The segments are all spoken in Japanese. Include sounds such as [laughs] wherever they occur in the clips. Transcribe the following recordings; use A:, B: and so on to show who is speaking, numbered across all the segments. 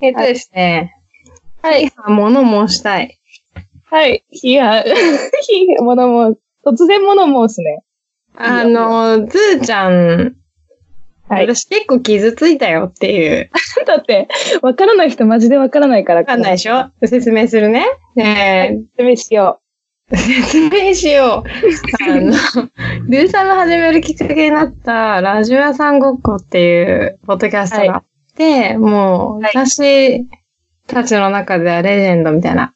A: えっとですね。はい、物申したい。
B: はい。いや、い [laughs] や、物申す。突然物申すね。
A: あの、ズーちゃん、
B: はい。
A: 私結構傷ついたよっていう。
B: だって、わからない人マジでわからないから。わ
A: わかんないでしょ説明するね。ね
B: 説明しよ
A: え、説明しよう。
B: [laughs]
A: あの、ルーさんの始めるきっかけになった、ラジオ屋さんごっこっていう、ポッドキャストがあって、もう、
B: はい
A: 私たちの中ではレジェンドみたいな、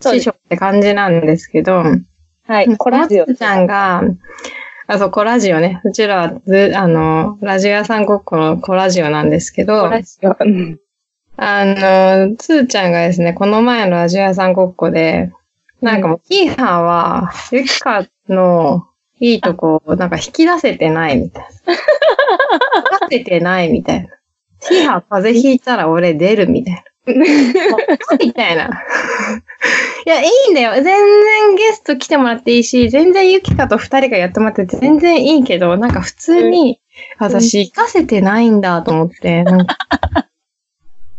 B: そうで
A: 師
B: す
A: 匠って感じなんですけど、
B: う。はい。コラジオ
A: ま。つちゃんが、あ、そう、コラジオね。うちらはず、あの、ラジオ屋さんごっこのコラジオなんですけ
B: コ
A: ど、
B: ラジオ。うん
A: あの、つーちゃんがですね、この前のラジオ屋さんごっこで、なんかもう、ヒーハーは、ゆきかのいいとこを、なんか引き出せてないみたいな。引き出せてないみたいな。ヒーハー風邪ひいたら俺出るみたいな。みたいな。いや、いいんだよ。全然ゲスト来てもらっていいし、全然ゆきかと二人がやってもらって全然いいけど、なんか普通に、私、行かせてないんだと思って、なん [laughs] か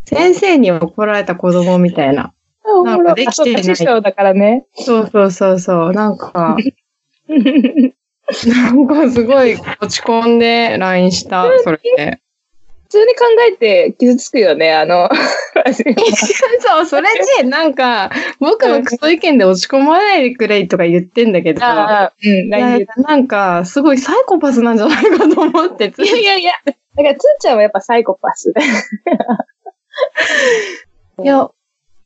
A: 先生に怒られた子供みたいな。
B: あお
A: な
B: も
A: ん
B: ろ
A: かできてない
B: あそう師匠だからね。
A: そうそうそうそう。なんか、なんかすごい落ち込んで LINE した、それで。
B: 普通に考えて傷つくよね、あの、 [laughs] ラジオ
A: そう、それで、なんか、僕のクソ意見で落ち込まないでくれとか言ってんだけど、
B: ああ、うん、
A: いや
B: LINE
A: い
B: で
A: やなんか、すごいサイコパスなんじゃないかと思って、つ
B: いやいやいや、だから、つーちゃんはやっぱサイコパス。
A: いや、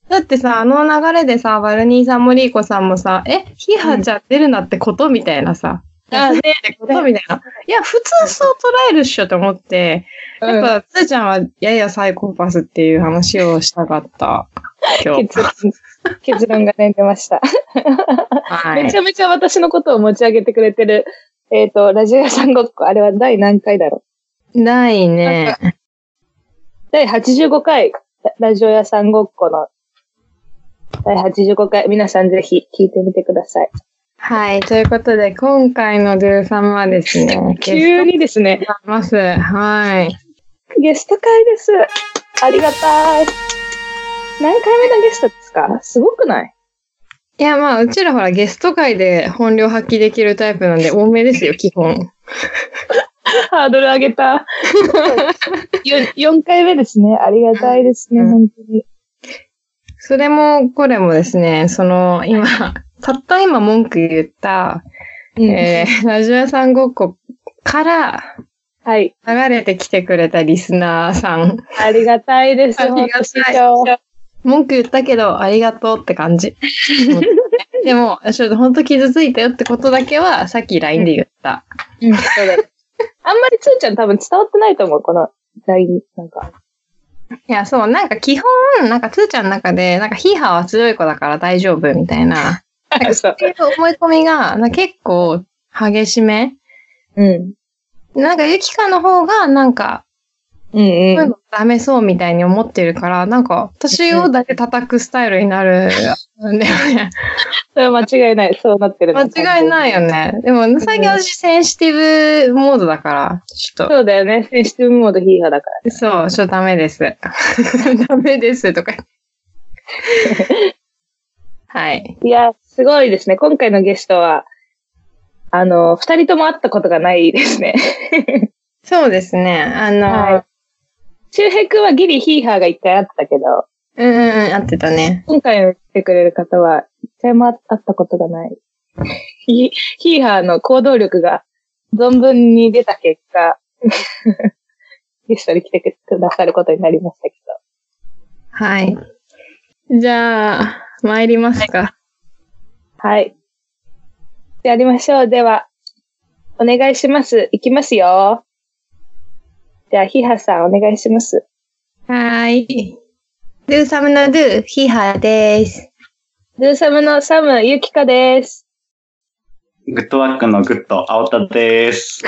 A: だってさ、あの流れでさ、バルニーさんもリーコさんもさ、え、ヒーハーちゃん出るなってことみたいなさ。
B: うん
A: あ、出るってことみたいな。いや、普通そう捉えるっしょと思って、やっぱ、つーちゃんはややサイコパスっていう話をしたかった。今
B: [laughs] う
A: 日。
B: ん結論、結論がね、出ました。
A: は
B: め
A: い
B: ち。ゃめちゃ私のことを持ち上げてくれてる、えっ、と、ラジオ屋さんごっこ、あれは第何回だろ
A: ないね。
B: う。第85回、ララジオ屋さんごっこの、第85回、皆さんぜひ聞いてみてください。
A: はい。ということで、今回のドゥーさんはですね、
B: [laughs] 急にですね、
A: あります。はい。
B: ゲスト会です。ありがたい。何回目のゲストですかすごくない
A: いや、まあ、うちらほら、ゲスト会で本領発揮できるタイプなんで、多めですよ、基本。
B: ハードル上げた。4回目です [laughs] ね。ありがたいですね、
A: うん
B: 本当に。
A: それも、これもですね、その、今、たった今文句言った、えー、ラジオ屋さんごっこから
B: はい。
A: 流れてきてくれたリスナーさん。
B: ありがたいです。
A: ありがたい
B: 本当師匠
A: 文句言ったけど、ありがとうって感 [laughs] じ。でも、ちょっと本当傷ついたよってことだけは、さっき LINE で言った。
B: うん、そうだ。あんまりつーちゃん多分伝わってないと思う、この LINE、なんか。
A: いや、そう、なんか基本、なんかつーちゃんの中で、なんかヒーハーは強い子だから大丈夫みたいな、
B: そう
A: っ。ていう思い込みが、なんか結構激しめ。
B: うん。
A: なんかゆきかの方が、なんか、
B: う
A: そ
B: ん
A: う
B: う
A: いうの
B: ん。
A: ダメそうみたいに思ってるから、なんか、私をだけ叩くスタイルにな
B: [laughs]
A: るんだよね。
B: それは間違いない。そうなってるの。
A: 間違いないよね。でも、最近私センシティブモードだから、ちょっ
B: そうだよね。センシティブモードヒーハーだか
A: と、そう、ちょっとダメです。 [laughs] ダメですとか。はい。
B: ら。いや、すごいですね。今回のゲストは、あの、二人とも会ったことがないですね。
A: そうですね。あの、
B: はい周平くんはギリヒーハーが一回会ったけど、
A: うんうんうん、合ってたね。
B: 今回来てくれる方は、一回も会ったことがない。ヒヒーハーの行動力が存分に出た結果、 [laughs] ゲストに来てくださることになりましたけど。
A: はい。じゃあ、参りますか。
B: はい。やりましょう。では、お願いします。いきますよ。じゃあ、ヒーハーさん、お願いします。
A: はい。ドゥサムのドゥ、ヒーハーです。
B: ルーサムのサム、ユキカです。
C: グッドワークのグッド、青田です。ず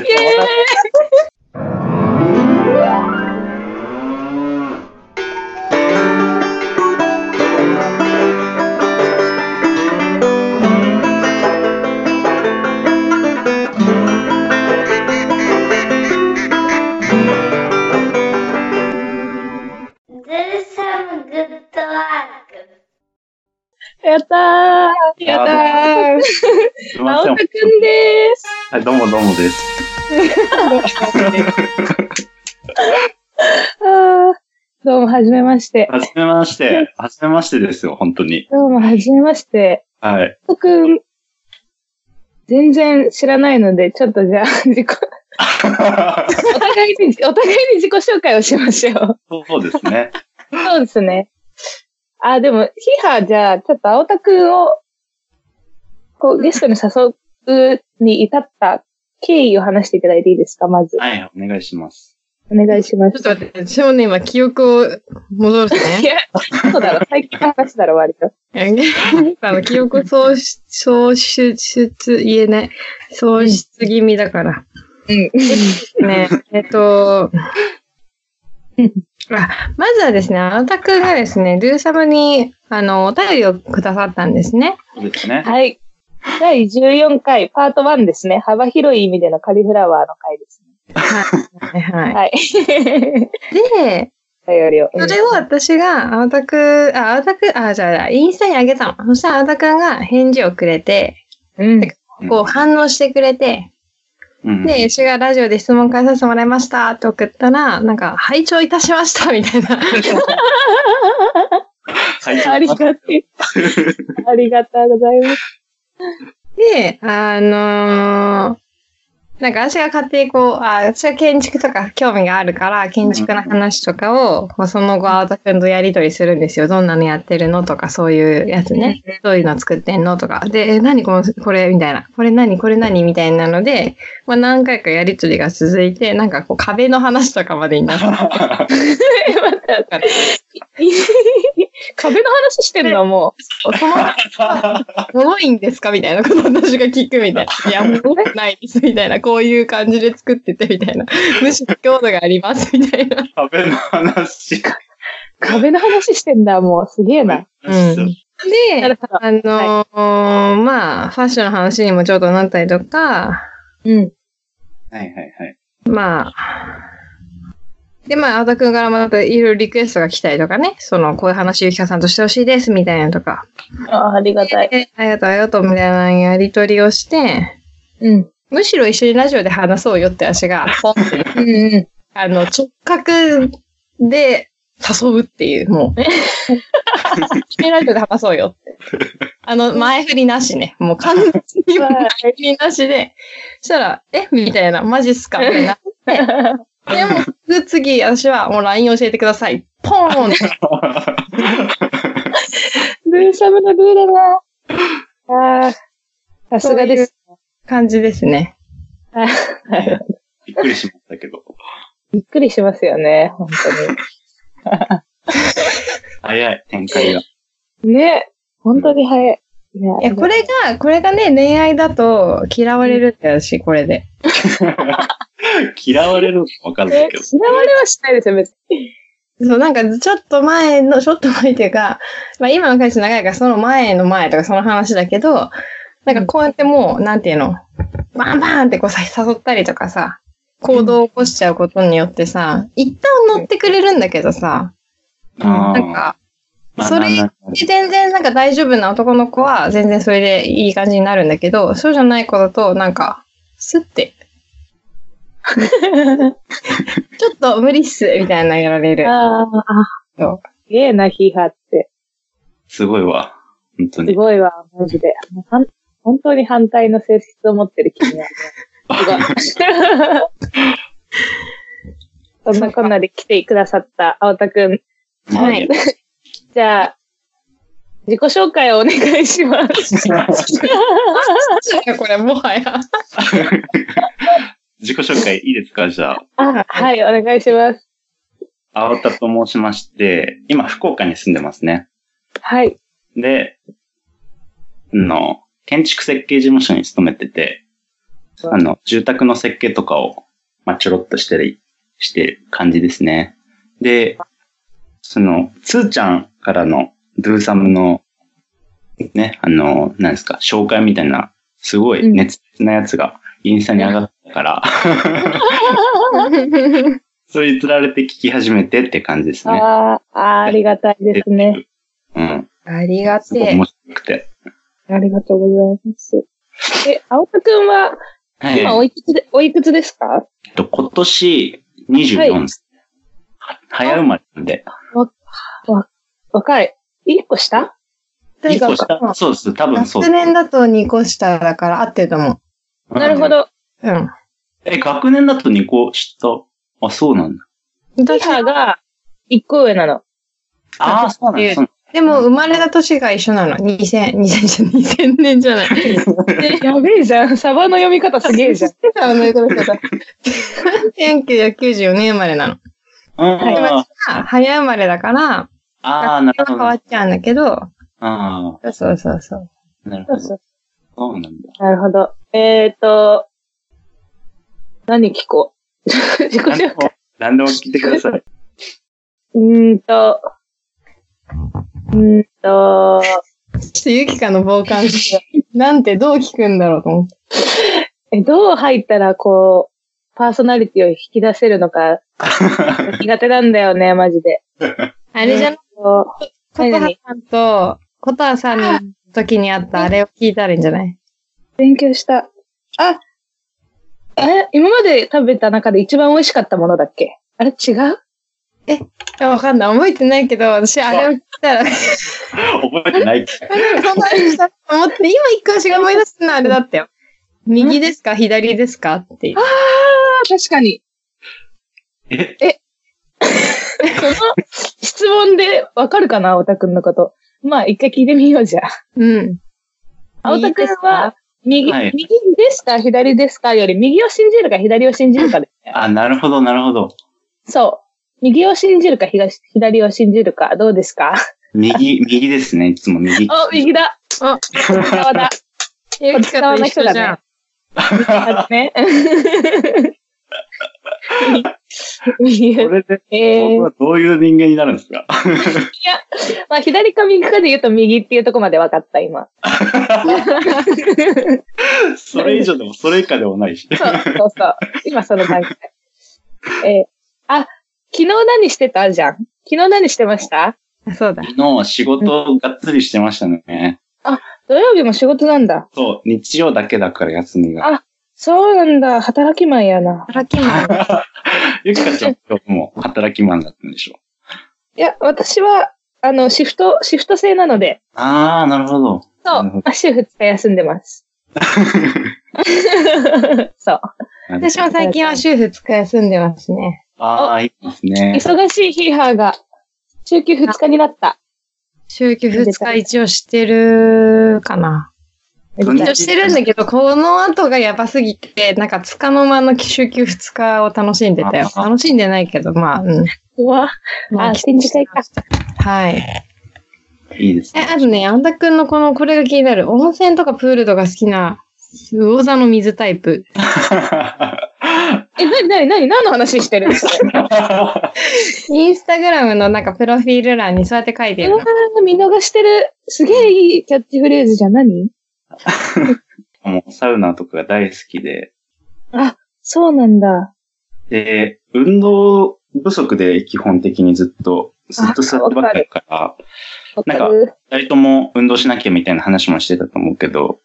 C: っと笑
B: はい。やったー
A: やだー。
C: すいま
B: 青
C: せん
B: 田。くんでーす
C: はい、どうもどうもです。
B: あーどうも、はじめまして。
C: はじめまして。はじめましてですよ、本当に。
B: どうも、はじめまして。
C: はい。 [laughs]
B: 青田くん、全然知らないので、ちょっとじゃあ、自己、お互いに、お互いに自己紹介をしましょう。
C: そうですね。
B: そうですね。あ、でも、ヒハ、じゃあ、ちょっと青田くんを、こう、ゲストに誘うに至った経緯を話していただいていいですか、まず。
C: はい、お願いします。
B: お願いします。
A: ちょっと待って、私もね、今、記憶を戻す
B: い
A: [laughs] ね。
B: や、そうだろ、最近の話だろ、割と。
A: あの記憶喪失、喪失、言えない。喪失気味だから。
B: うん。
A: ね、えっと、あまずはですね、あなたくんがですね、ドゥーサムに、あの、お便りをくださったんですね。
C: そうですね。
B: はい。第14回、パート1ですね。幅広い意味でのカリフラワーの回ですね。
A: はい。 [laughs] は
B: はい。
A: い、で、
B: お [laughs] 便りを。
A: それを私が、あなたくん、あ、あなたくん、あ、じゃあじゃあ、インスタにあげたの。そしたらあなたくんが返事をくれて、
B: うん。
A: こう反応してくれて、
C: うん
A: で、私がラジオで質問返させてもらいましたって送ったら、なんか、拝聴いたしましたみたいな。
C: はい
B: あ
C: [laughs]
B: りがた [laughs] い。ありがとうございます。
A: で、あのーなんか私が勝手にこう、あ、私は建築とか興味があるから、建築の話とかを、まあ、その後、青田くんとやりとりするんですよ。どんなのやってるのとか、そういうやつね。どういうの作ってんのとか。で、え、何この、これみたいな。これ何これ何みたいなので、まあ何回かやりとりが続いて、なんかこう壁の話とかまでにな [laughs] って。
B: 待って待って [laughs] 壁の話してるのはも
A: その、もろいんですかみたいなことを私が聞く [laughs] みたいな。いや、もろくないです、みたいな。こういう感じで作ってて、みた [laughs] いな。むしろ強度があります、みたいな。
C: 壁の話。
B: う、壁の話してんだ、もう。すげえな。
A: うん
B: な
A: で
B: る、ほど。
A: あのーまあ、ファッションの話にもちょっとなったりとか、
B: うん。
C: はいはいはい。
A: まあ、で、まあ、青田くんからまたいろいろリクエストが来たりとかね、その、こういう話、ゆきかさんとしてほしいです、みたいなのとか、
B: あありがたい。
A: えありがとう、ありがとう、みたいなやりとりをして、
B: うん。
A: むしろ一緒にラジオで話そうよって私が、ポンって
B: うん [laughs] うん。
A: あの、直角で誘うっていう、もう。決められて話そうよって。あの、前振りなしね。もう完全に
B: わ
A: 前
B: ー
A: 振りなしで、そしたら、えみたいな、マジっすかみたいな。でも、すぐ次、私はもう LINE 教えてください。ポーンって
B: ルーサムのルーだな。ああ、さすがです。
A: 感じですね。
C: びっくりしましたけど。
B: びっくりしますよね、本
C: 早い、展開が。
B: 当に。ね、本当に早い。いや
A: いや、これが、これがね、恋愛だと嫌われるって私、これで。
C: 嫌われるのかわかんない
B: え
C: けど。
B: 嫌われはしないですよ、別に。
A: そう、なんか、ちょっと前の、ちょっと前っていうか、まあ今の彼氏長いから、その前の前とかその話だけど、なんかこうやってもう、なんていうの、バンバンってこうさ、誘ったりとかさ、行動を起こしちゃうことによってさ、一旦乗ってくれるんだけどさ、
C: あ
A: な
C: ー
A: んか、
C: まあ
A: それ
C: なんなん
A: 全然なんか大丈夫な男の子は、全然それでいい感じになるんだけど、そうじゃない子だと、なんか、スって、 [laughs] ちょっと無理っす、みたいなやられる。
B: ああ、
A: そう
B: すげえな、ヒーハーって。
C: すごいわ。本当
B: す
C: に。
B: ごいわ、マジで。はん本当に反対の性質を持ってる君はね。すごいそんなこんなで来てくださった青田くん。
C: [laughs]
A: はい
B: じゃあ、自己紹介をお願いします。
A: [laughs] これ、もはや。
C: 自己紹介いいですかじゃ
B: あ
C: あ。
B: はい、お願いします。
C: 青田と申しまして、今、福岡に住んでますね。
B: はい。
C: で、あの、建築設計事務所に勤めてて、あの、住宅の設計とかを、まあ、ちょろっとしたりしてる感じですね。で、その、つーちゃんからの、ドゥーサムの、ね、あの、なんですか、紹介みたいな、すごい熱烈なやつが、インスタに上がったから、 [laughs] それに釣られて聞き始めてって感じですね。
B: あーあー、ありがたいですね。
C: うん。
A: ありが
C: すごい
A: てえ
C: 面。白くて。
B: ありがとうございます。え、青田くんは、
C: はい。
B: 今おいくつで、おいくつですか
C: えっと、今年24です。は早生まれなんで。
B: 若い。一個下
A: 確
C: 一
A: か
C: 個下そうです。多分そうで
A: 学
C: す。
A: 年だと2個下だから合ってると思う。
B: なるほど。
A: うん。
C: え、学年だと2個下。あ、そうなんだ。
B: ヒハが一個上 [laughs] なの。
C: ああ、そうなんだ。そうなんだ
A: でも生まれた年が一緒なの。2000、2000、2000年じゃない。
B: やべえじゃん。サバの読み方すげえじゃん。
A: あの、この人だ1994年生まれなの。で
C: うん
A: 私は早生まれだから、
C: ああ、な
A: 学
C: る
A: 年が
C: ほ
A: 変わ
C: ど。
A: っちゃうんだけど、
C: あ
A: そうそうそう。
C: あ、なる
B: そ
C: ほ
B: うそ
C: ど。
B: う
C: そうなんだ。
B: [laughs] なるほど。えっ、ー、と、何聞こう。自己
C: 何で
B: 紹
C: も
B: 介。、
C: 何でも聞いてください。
B: うーんと、うーんと、
A: ちょっとゆきかの傍観して、なんてどう聞くんだろうと思って。
B: え、どう入ったらこう、パーソナリティを引き出せるの [laughs] か、苦手なんだよね、マジ [laughs] で。
A: あれじゃな
B: こ
A: コ
B: 何
A: ト
B: 々
A: ハさんと、コトハさんの時にあったあれを聞いたらいいんじゃないう
B: 勉強した。あ、え、今まで食べた中で一番美味しかったものだっけあれ違う
A: いやわかんない。覚えてないけど、私あれを聞いた [laughs] ら、
C: 覚えてないっけ
A: そんなにしたと思って、今一個私が思い出すのはあれだったよ。右ですか左ですかっていう。
B: あー確かに。
C: え
B: [laughs] その質問でわかるかな、青田くんのこと。まあ、一回聞いてみようじゃあ。
A: うん。
B: 青田
A: 右
B: くん
A: です
B: は
A: か、
B: 右、
C: はい
B: 右ですか左ですかより、右を信じるか左を信じるかですね。
C: あ、なるほど、なるほど。
B: そう。右を信じるか東、左を信じるか、どうですか
C: 右、右ですね。いつも右。
B: あ、右だ。 [laughs]
A: あ、
B: 側だ。
A: ゆきかと一緒じゃん。
B: あのね。右
C: それで、
B: [laughs] え
C: 僕
B: ー、
C: はどういう人間になるんですか [laughs]
B: まあ、左か右かで言うと右っていうとこまで分かった、今。
C: それ以上でも、それ以下でもないし。
B: そうそうそう。今その段階。えー、あ、昨日何してたじゃん。昨日何してました
A: あそうだ。
C: の仕事をがっつりしてましたね。
B: 土曜日も仕事なんだ。
C: そう、日曜だけだから休みが。
B: あそうなんだ。働きマンやな。
A: 働きマン。
C: ゆきかちゃん、今日も働きマンだったんでしょ。
B: いや、私は、あの、シフト、シフト制なので、
C: あー、なるほど。
B: そう、
C: なるほ
B: まあ、週2日休んでます。そう。
A: 私も最近は週2日休んでますね。
C: ああ、いいですね。
B: 忙しいヒーハーが、週休2日になった。
A: 週休2日一応してるかな。
C: 土
A: 一
C: 日
A: 応してるんだけど、この後がやばすぎて、なんかつかの間の週休2日を楽しんでたよ。
C: あ
A: 楽しんでないけど、まあ、うん。
B: うわ、
A: ま
B: あ、展示会か。
A: はい。
C: いいです
A: え、
C: ね。 [laughs]
A: あとね、あんたくんのこの、これが気になる。温泉とかプールとか好きな、魚座の水タイプ。
B: え、なになになに何の話して [laughs] る
A: インスタグラムのなんかプロフィール欄にそうやって書いて
B: う
A: る
B: [laughs] わ
A: の。
B: 見逃してる。すげえいいキャッチフレーズじゃん何
C: もうサウナとかが大好きで、
B: そうなんだ。
C: で、運動不足で基本的にずっと、ずっと座ってばっかりだから、
B: わか
C: な
B: る。
C: 二人とも運動しなきゃみたいな話もしてたと思うけど、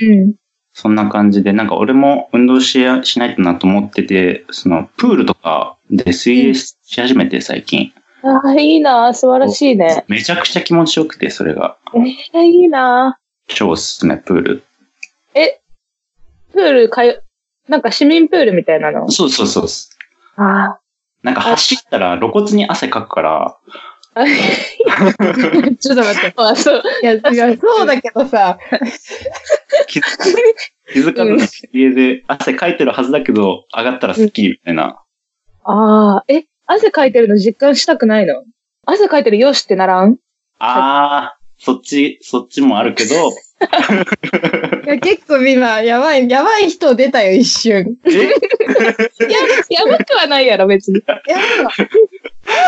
B: うん。
C: そんな感じで、なんか俺も運動しやしないとなと思ってて、そのプールとかで水泳し始めて最近。
B: ああ、いいな素晴らしいね。
C: めちゃくちゃ気持ちよくて、それが。
B: えー、いいな
C: 超おすすめ、プール。
B: え、プールかよ、なんか市民プールみたいなの
C: そうそうそう。
B: あ
C: なんか走ったら露骨に汗かくから、
B: あ。 [laughs]
A: ちょっと待って。
B: あ、そう。
A: いや、違う。そうだけどさ、
C: 気づ気づかずに水泳で汗かいてるはずだけど、上がったらスッキリみたいな。
B: ああ、え、汗かいてるの実感したくないの汗かいてるよしってならん
C: あー、そっち、そっちもあるけど、
A: いや結構今、やばい、やばい人出たよ、一瞬。
C: え
B: いや、やばくはないやろ、別に。
A: やばいわ。 [laughs]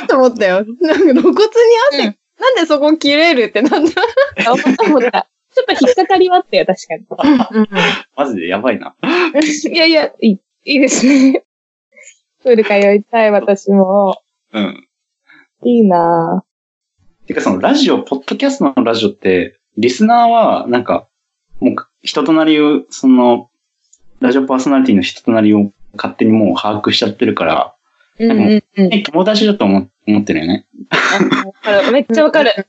A: えーと思ったよ。なんか露骨に汗、
B: うん
A: なんでそこ切れるってなんだ。
B: [laughs] あ思った思った。ちょっと引っかかりはあったよ、確か
C: マジでやばいな。
B: に。いやいや、いい、いいですね。プール通いたい、私も。
C: うん。
B: いいなぁ。
C: てかそのラジオ、ポッドキャストのラジオって、リスナーはなんか、もう人となりを、その、ラジオパーソナリティの人となりを勝手にもう把握しちゃってるから、
B: うんうんうん。
C: 友達だと思思ってるよね。
B: あわかるめっちゃわかる。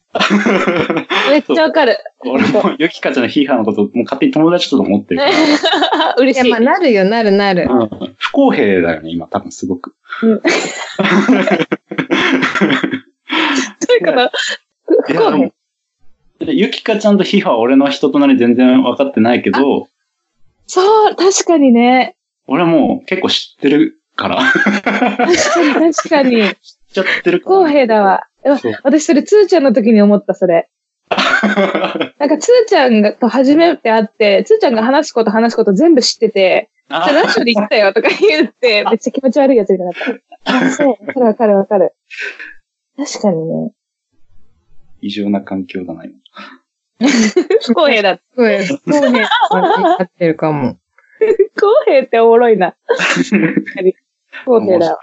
B: めっちゃわかる。
C: 俺も、ゆきかちゃんのヒーハーのこと、もう勝手に友達だと思ってるから。
A: い
B: 嬉
A: や、
B: しい
A: まあ、。なるよ、なる、なる。
C: うん不公平だよね、今、多分すごく。
B: そういうこと不公平。
C: でゆきかちゃんとヒーハーは俺の人となり全然分かってないけど、
B: そう、確かにね。
C: 俺はもう結構知ってるから、知っ
B: 確かに。不
C: ちゃってるから。
B: 公平だわ。うわ
C: そう
B: 私それ、つーちゃんの時に思った、それ。なんか、つーちゃんがと初めて会って、つーちゃんが話すこと話すこと全部知ってて、 [laughs]
C: あ
B: じゃあラジオで言ったよとか言 [laughs] って、めっちゃ気持ち悪いやつじゃなかった。 [laughs] あ、そう。わかるわかるわかる。確かにね。
C: 異常な環境だな、今。
B: 不公平だ。
A: すごい、そうね、なってるかも。
B: 不公平っておもろいな。不公平だわ。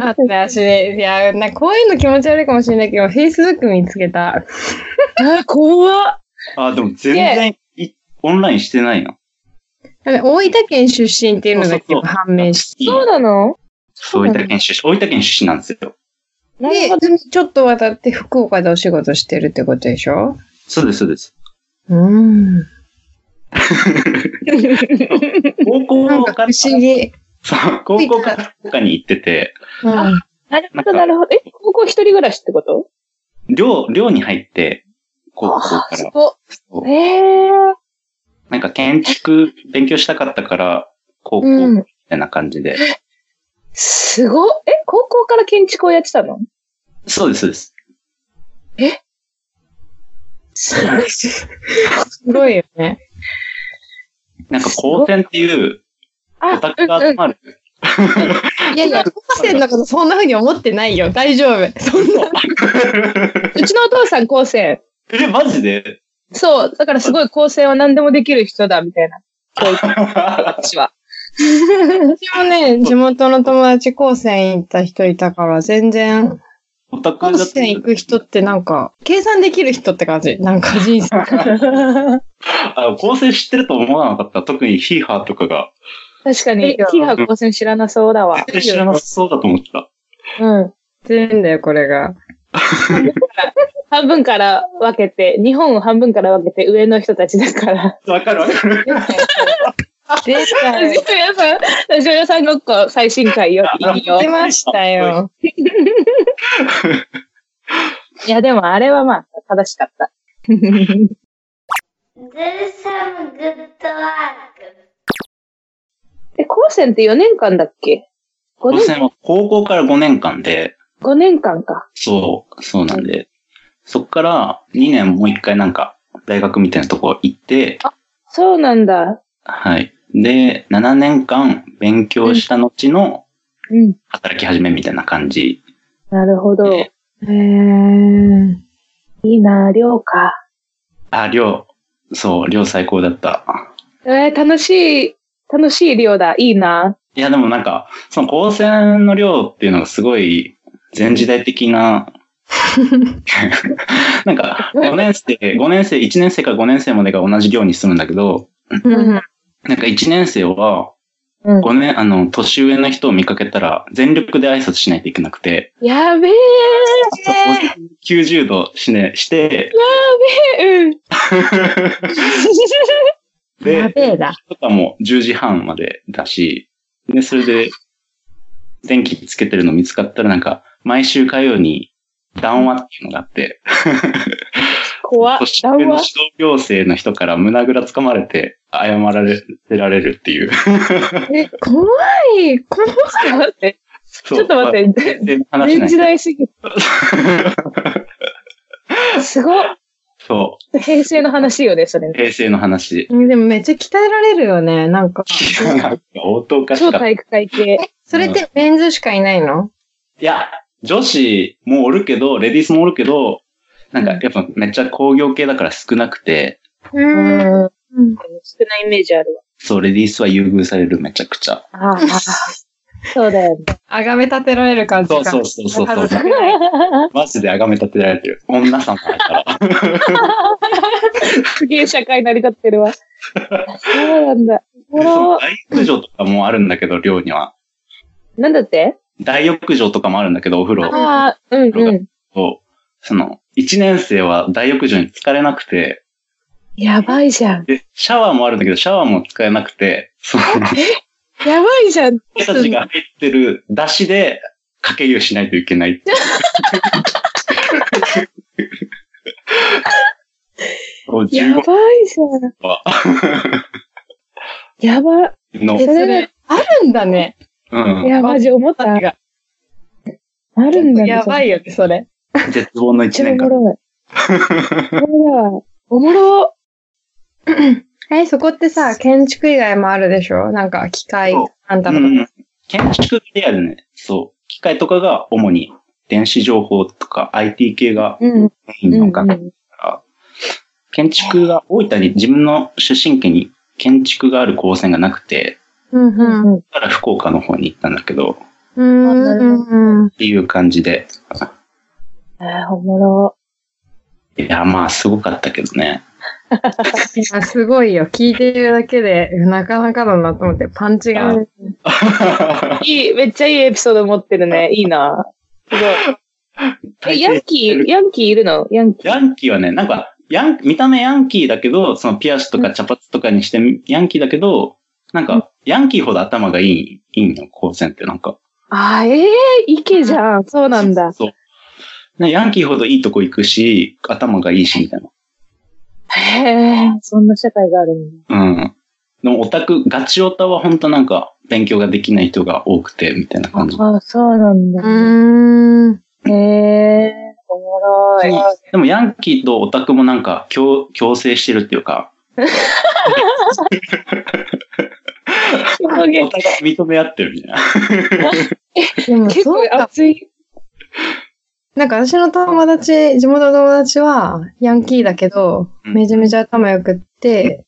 A: あとね、私ね、いや、なんかこういうの気持ち悪いかもしれないけど、Facebook 見つけた。
B: あ、怖っ。
C: あ、でも全然い、オンラインしてないの。
A: 大分県出身っていうのが
C: そうそうそう
A: 今判明し
B: そうなの
C: そう大分県出身、大分県出身なんですよ。
B: なる
A: て
B: ほど。、
A: ちょっと渡って福岡でお仕事してるってことでしょ
C: そうです、そうです。
A: うん。
C: 高
A: なん
C: 校
A: か
C: から
A: 不、思議。
C: そう高校から福岡に行ってて、
A: うん
B: なるほど、なるほど。え、高校一人暮らしってこと
C: 寮、寮に入って、高校か
B: あそ
C: ら。
B: こ。
C: そう
B: ええー。
C: なんか建築勉強したかったから、高校
B: う
C: み
B: ん。
C: たいな感じで。
B: すごっ。え、高校から建築をやってたの
C: そうです、そうです。
A: すごいすごいよね。
C: なんか高専っていう、
B: あ
C: オタクが集まる。
A: いやいや、高校生のことそんな風に思ってないよ。大丈夫。そんな。
B: うちのお父さん高専。
C: え、マ
A: [laughs]
C: ジで
B: そう。だからすごい高専は何でもできる人だ、みたいな。教育私は。
A: 私もね、地元の友達高専行った人いたから、全然、
C: オタク
A: 高
C: だった
A: 専行く人ってなんか、計算できる人って感じ。なんか人生。
C: あ構成知ってると思わなかった。特にヒーハーとかが。
B: 確か
A: い
B: に
A: いよ、
B: キーハー高専知らなそうだわ。
C: 絶対知らなそうだと思ってた。
B: うん。
A: 全然だよ、これが。
B: 半分から分けて、日本を半分から分けて上の人たちだから。
C: わかるわかる。
A: 出た
B: ラジ
A: よ。
B: オ屋さん、ラジオ屋さんごっこ最新回よ。いいよ
A: 出。ましたよ。
B: いや、でもあれはまあ、正しかった。
D: Do some good work.
B: え、高専って4年間だっけ ?5
C: 高
B: 年、
C: 専は高校から5年間で、
B: 5年間か。
C: そう、そうなんで。そっから2年もう一回なんか、大学みたいなとこ行って、
B: そうなんだ。
C: はい。で、7年間勉強した後の
B: うん。
C: 働き始めみたいな感じ。
B: なるほど。い
C: え
A: へー。
B: いな、寮か。
C: あ、寮、そう、寮最高だった。
B: えー楽しい、楽しい寮だ。いいな。
C: いや、でもなんか、その高専の寮っていうのがすごい、前時代
B: [laughs]
C: 的な、なんか、5年生、5年生、1年生から5年生までが同じ寮に住むんだけど、
A: うん
C: なんか1年生は、
B: うん。
C: 5年、あの、年上の人を見かけたら、全力で挨拶しないといけなくて、
B: やべえ、
C: 90度しね、して、
B: うん。
A: や
C: で、
A: べえだ。
C: とかも10時半までだし、で、それで、電気つけてるの見つかったらなんか、毎週火曜に談話っていうのがあって、
B: 怖っ。
C: 年
B: 談
C: 上の指
B: 話
C: 導行政の人から胸ぐらつかまれて、謝られてられるっていう。
A: え、怖い。怖い。
B: ちょっと待って。
C: ち
B: [laughs] ちょっと待って。
C: 全然話し
B: 全
C: ない
B: 時。代すぎる。すごっ。
C: そ
B: 平成の話よね、それ
C: う。。平成の話。
A: でもめっちゃ鍛えられるよね。なんか。
C: いやなんか応答かしか
B: 超
C: った
B: 体育会系。
A: それってメンズしかいないの
C: いや、女子もおるけど、レディースもおるけど、なんか
B: うん
C: やっぱめっちゃ工業系だから少なくて、
A: う。
B: うんん。
A: うん
B: 少ないイメージあるわ。
C: そう、レディースは優遇されるめちゃくちゃ。
B: ああ。そうだよね。
A: あがめ立てられる感じ
C: そう
A: か。
C: そうそうそう
A: も
C: そうう
A: 数。少ない
C: マジで崇め立てられてる。女様だから。
B: すげえ社会成り立ってるわ。そうなんだ。ほ
C: そう
B: ら、
C: 大浴場とかもあるんだけど、寮には。
B: なんだって
C: 大浴場とかもあるんだけど、お風呂
B: ああ、うんうん。
C: を。その、一年生は大浴場に疲れなくて、
B: やばいじゃん。
C: で、シャワーもあるんだけど、シャワーも使えなくて、その、
B: やばいじゃん。
C: 俺たちが入ってる出汁で、かけ湯しないといけない [laughs] っていうそう
B: やば
C: 15
B: いじゃ
C: は
B: ん。やば、
C: の
A: え、、そ
B: それ
A: れ、あるんだね。
C: うん、
B: やばいじゃん。思った。
A: が
B: あるんだね
A: やば
B: い。
A: いよね、それ。
C: 絶望の
B: めっち
C: 一
B: ゃおも
C: 年間。
B: ろい。そうだわ。おもろ。
A: え、そこってさ、建築以外もあるでしょなんか、機械
C: そう、
A: あんた
C: う
A: の。
C: ん、建築であるね。そう。機械とかが主に電子情報とか IT 系が
B: うん。うん
C: メイン
B: う
C: の
B: ん
C: 学科から、建築が大分に自分の出身県に建築がある高専がなくて、
A: うん、
B: う
A: うん。
B: んうん。
C: だから福岡の方に行ったんだけど、っ
A: うん、
B: なるほ
A: うん、うん。
C: ていう感じで。
B: ああ、おもろ。
C: いや、まあ、すごかったけどね。
A: いや、すごいよ。聞いてるだけで、なかなかだなと思って、パンチが。
B: いい、めっちゃいいエピソード持ってるね。いいな。すごい。 [laughs] え、ヤンキー、ヤンキーいるのヤンキー。
C: ヤンキーはね、なんか、ヤン、見た目ヤンキーだけど、そのピアスとか茶髪とかにして、ヤンキーだけど、なんか、ヤンキーほど頭がいい、いいの、高専ってなんか。
B: ああ、ええ池じゃん。そうなんだ。
C: そう。ねヤンキーほどいいとこ行くし、頭がいいし、みたいな。
B: へえ、そんな社会があるんだ。
C: うん。でも、オタク、ガチオタは本当なんか、勉強ができない人が多くて、みたいな感じ。
B: ああ、そうなん
A: う
B: だ。
A: ーん。
B: へえ、おもろい。
C: でも、ヤンキーとオタクもなんか、強、強制してるっていうか、
B: 表
C: お
B: 現
C: 互い認め合ってるみたいな。
A: でも、
B: 結
A: そう
B: 構
A: か。
B: 熱い。
A: なんか、私の友達、地元の友達は、ヤンキーだけど、
C: うん
A: めちゃめちゃ頭良くって、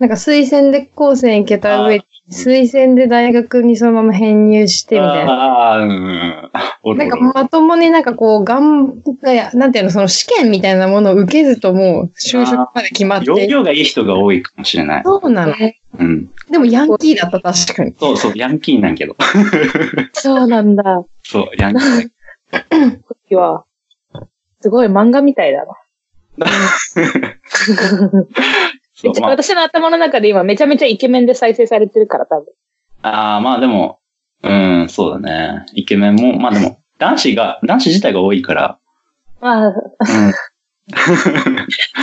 A: なんか、推薦で高専行けた上に、推薦で大学にそのまま編入して、みたいな。
C: ああ、うんうん。お
A: な
C: るお
A: ん
C: る
A: かまともになんかこう、頑張、いやなんていうの、その試験みたいなものを受けずともう就職まで決まって
C: 容量がいい人が多いかもしれない。
A: そうなの。
C: うん。
A: でもヤンキーだった、確かに。
C: そうそう、ヤンキーなんやけど。
B: そうなんだ。
C: そう、ヤンキー。
B: 時は。すごい漫画みたいだ [laughs] な。
C: そうま
B: 私の頭の中で今めちゃめちゃイケメンで再生されてるから多分。
C: あ、あーまあでも、うん、そうだね。イケメンも、まあでも、男子が、男子自体が多いから、
B: ま
C: うん。
B: あ、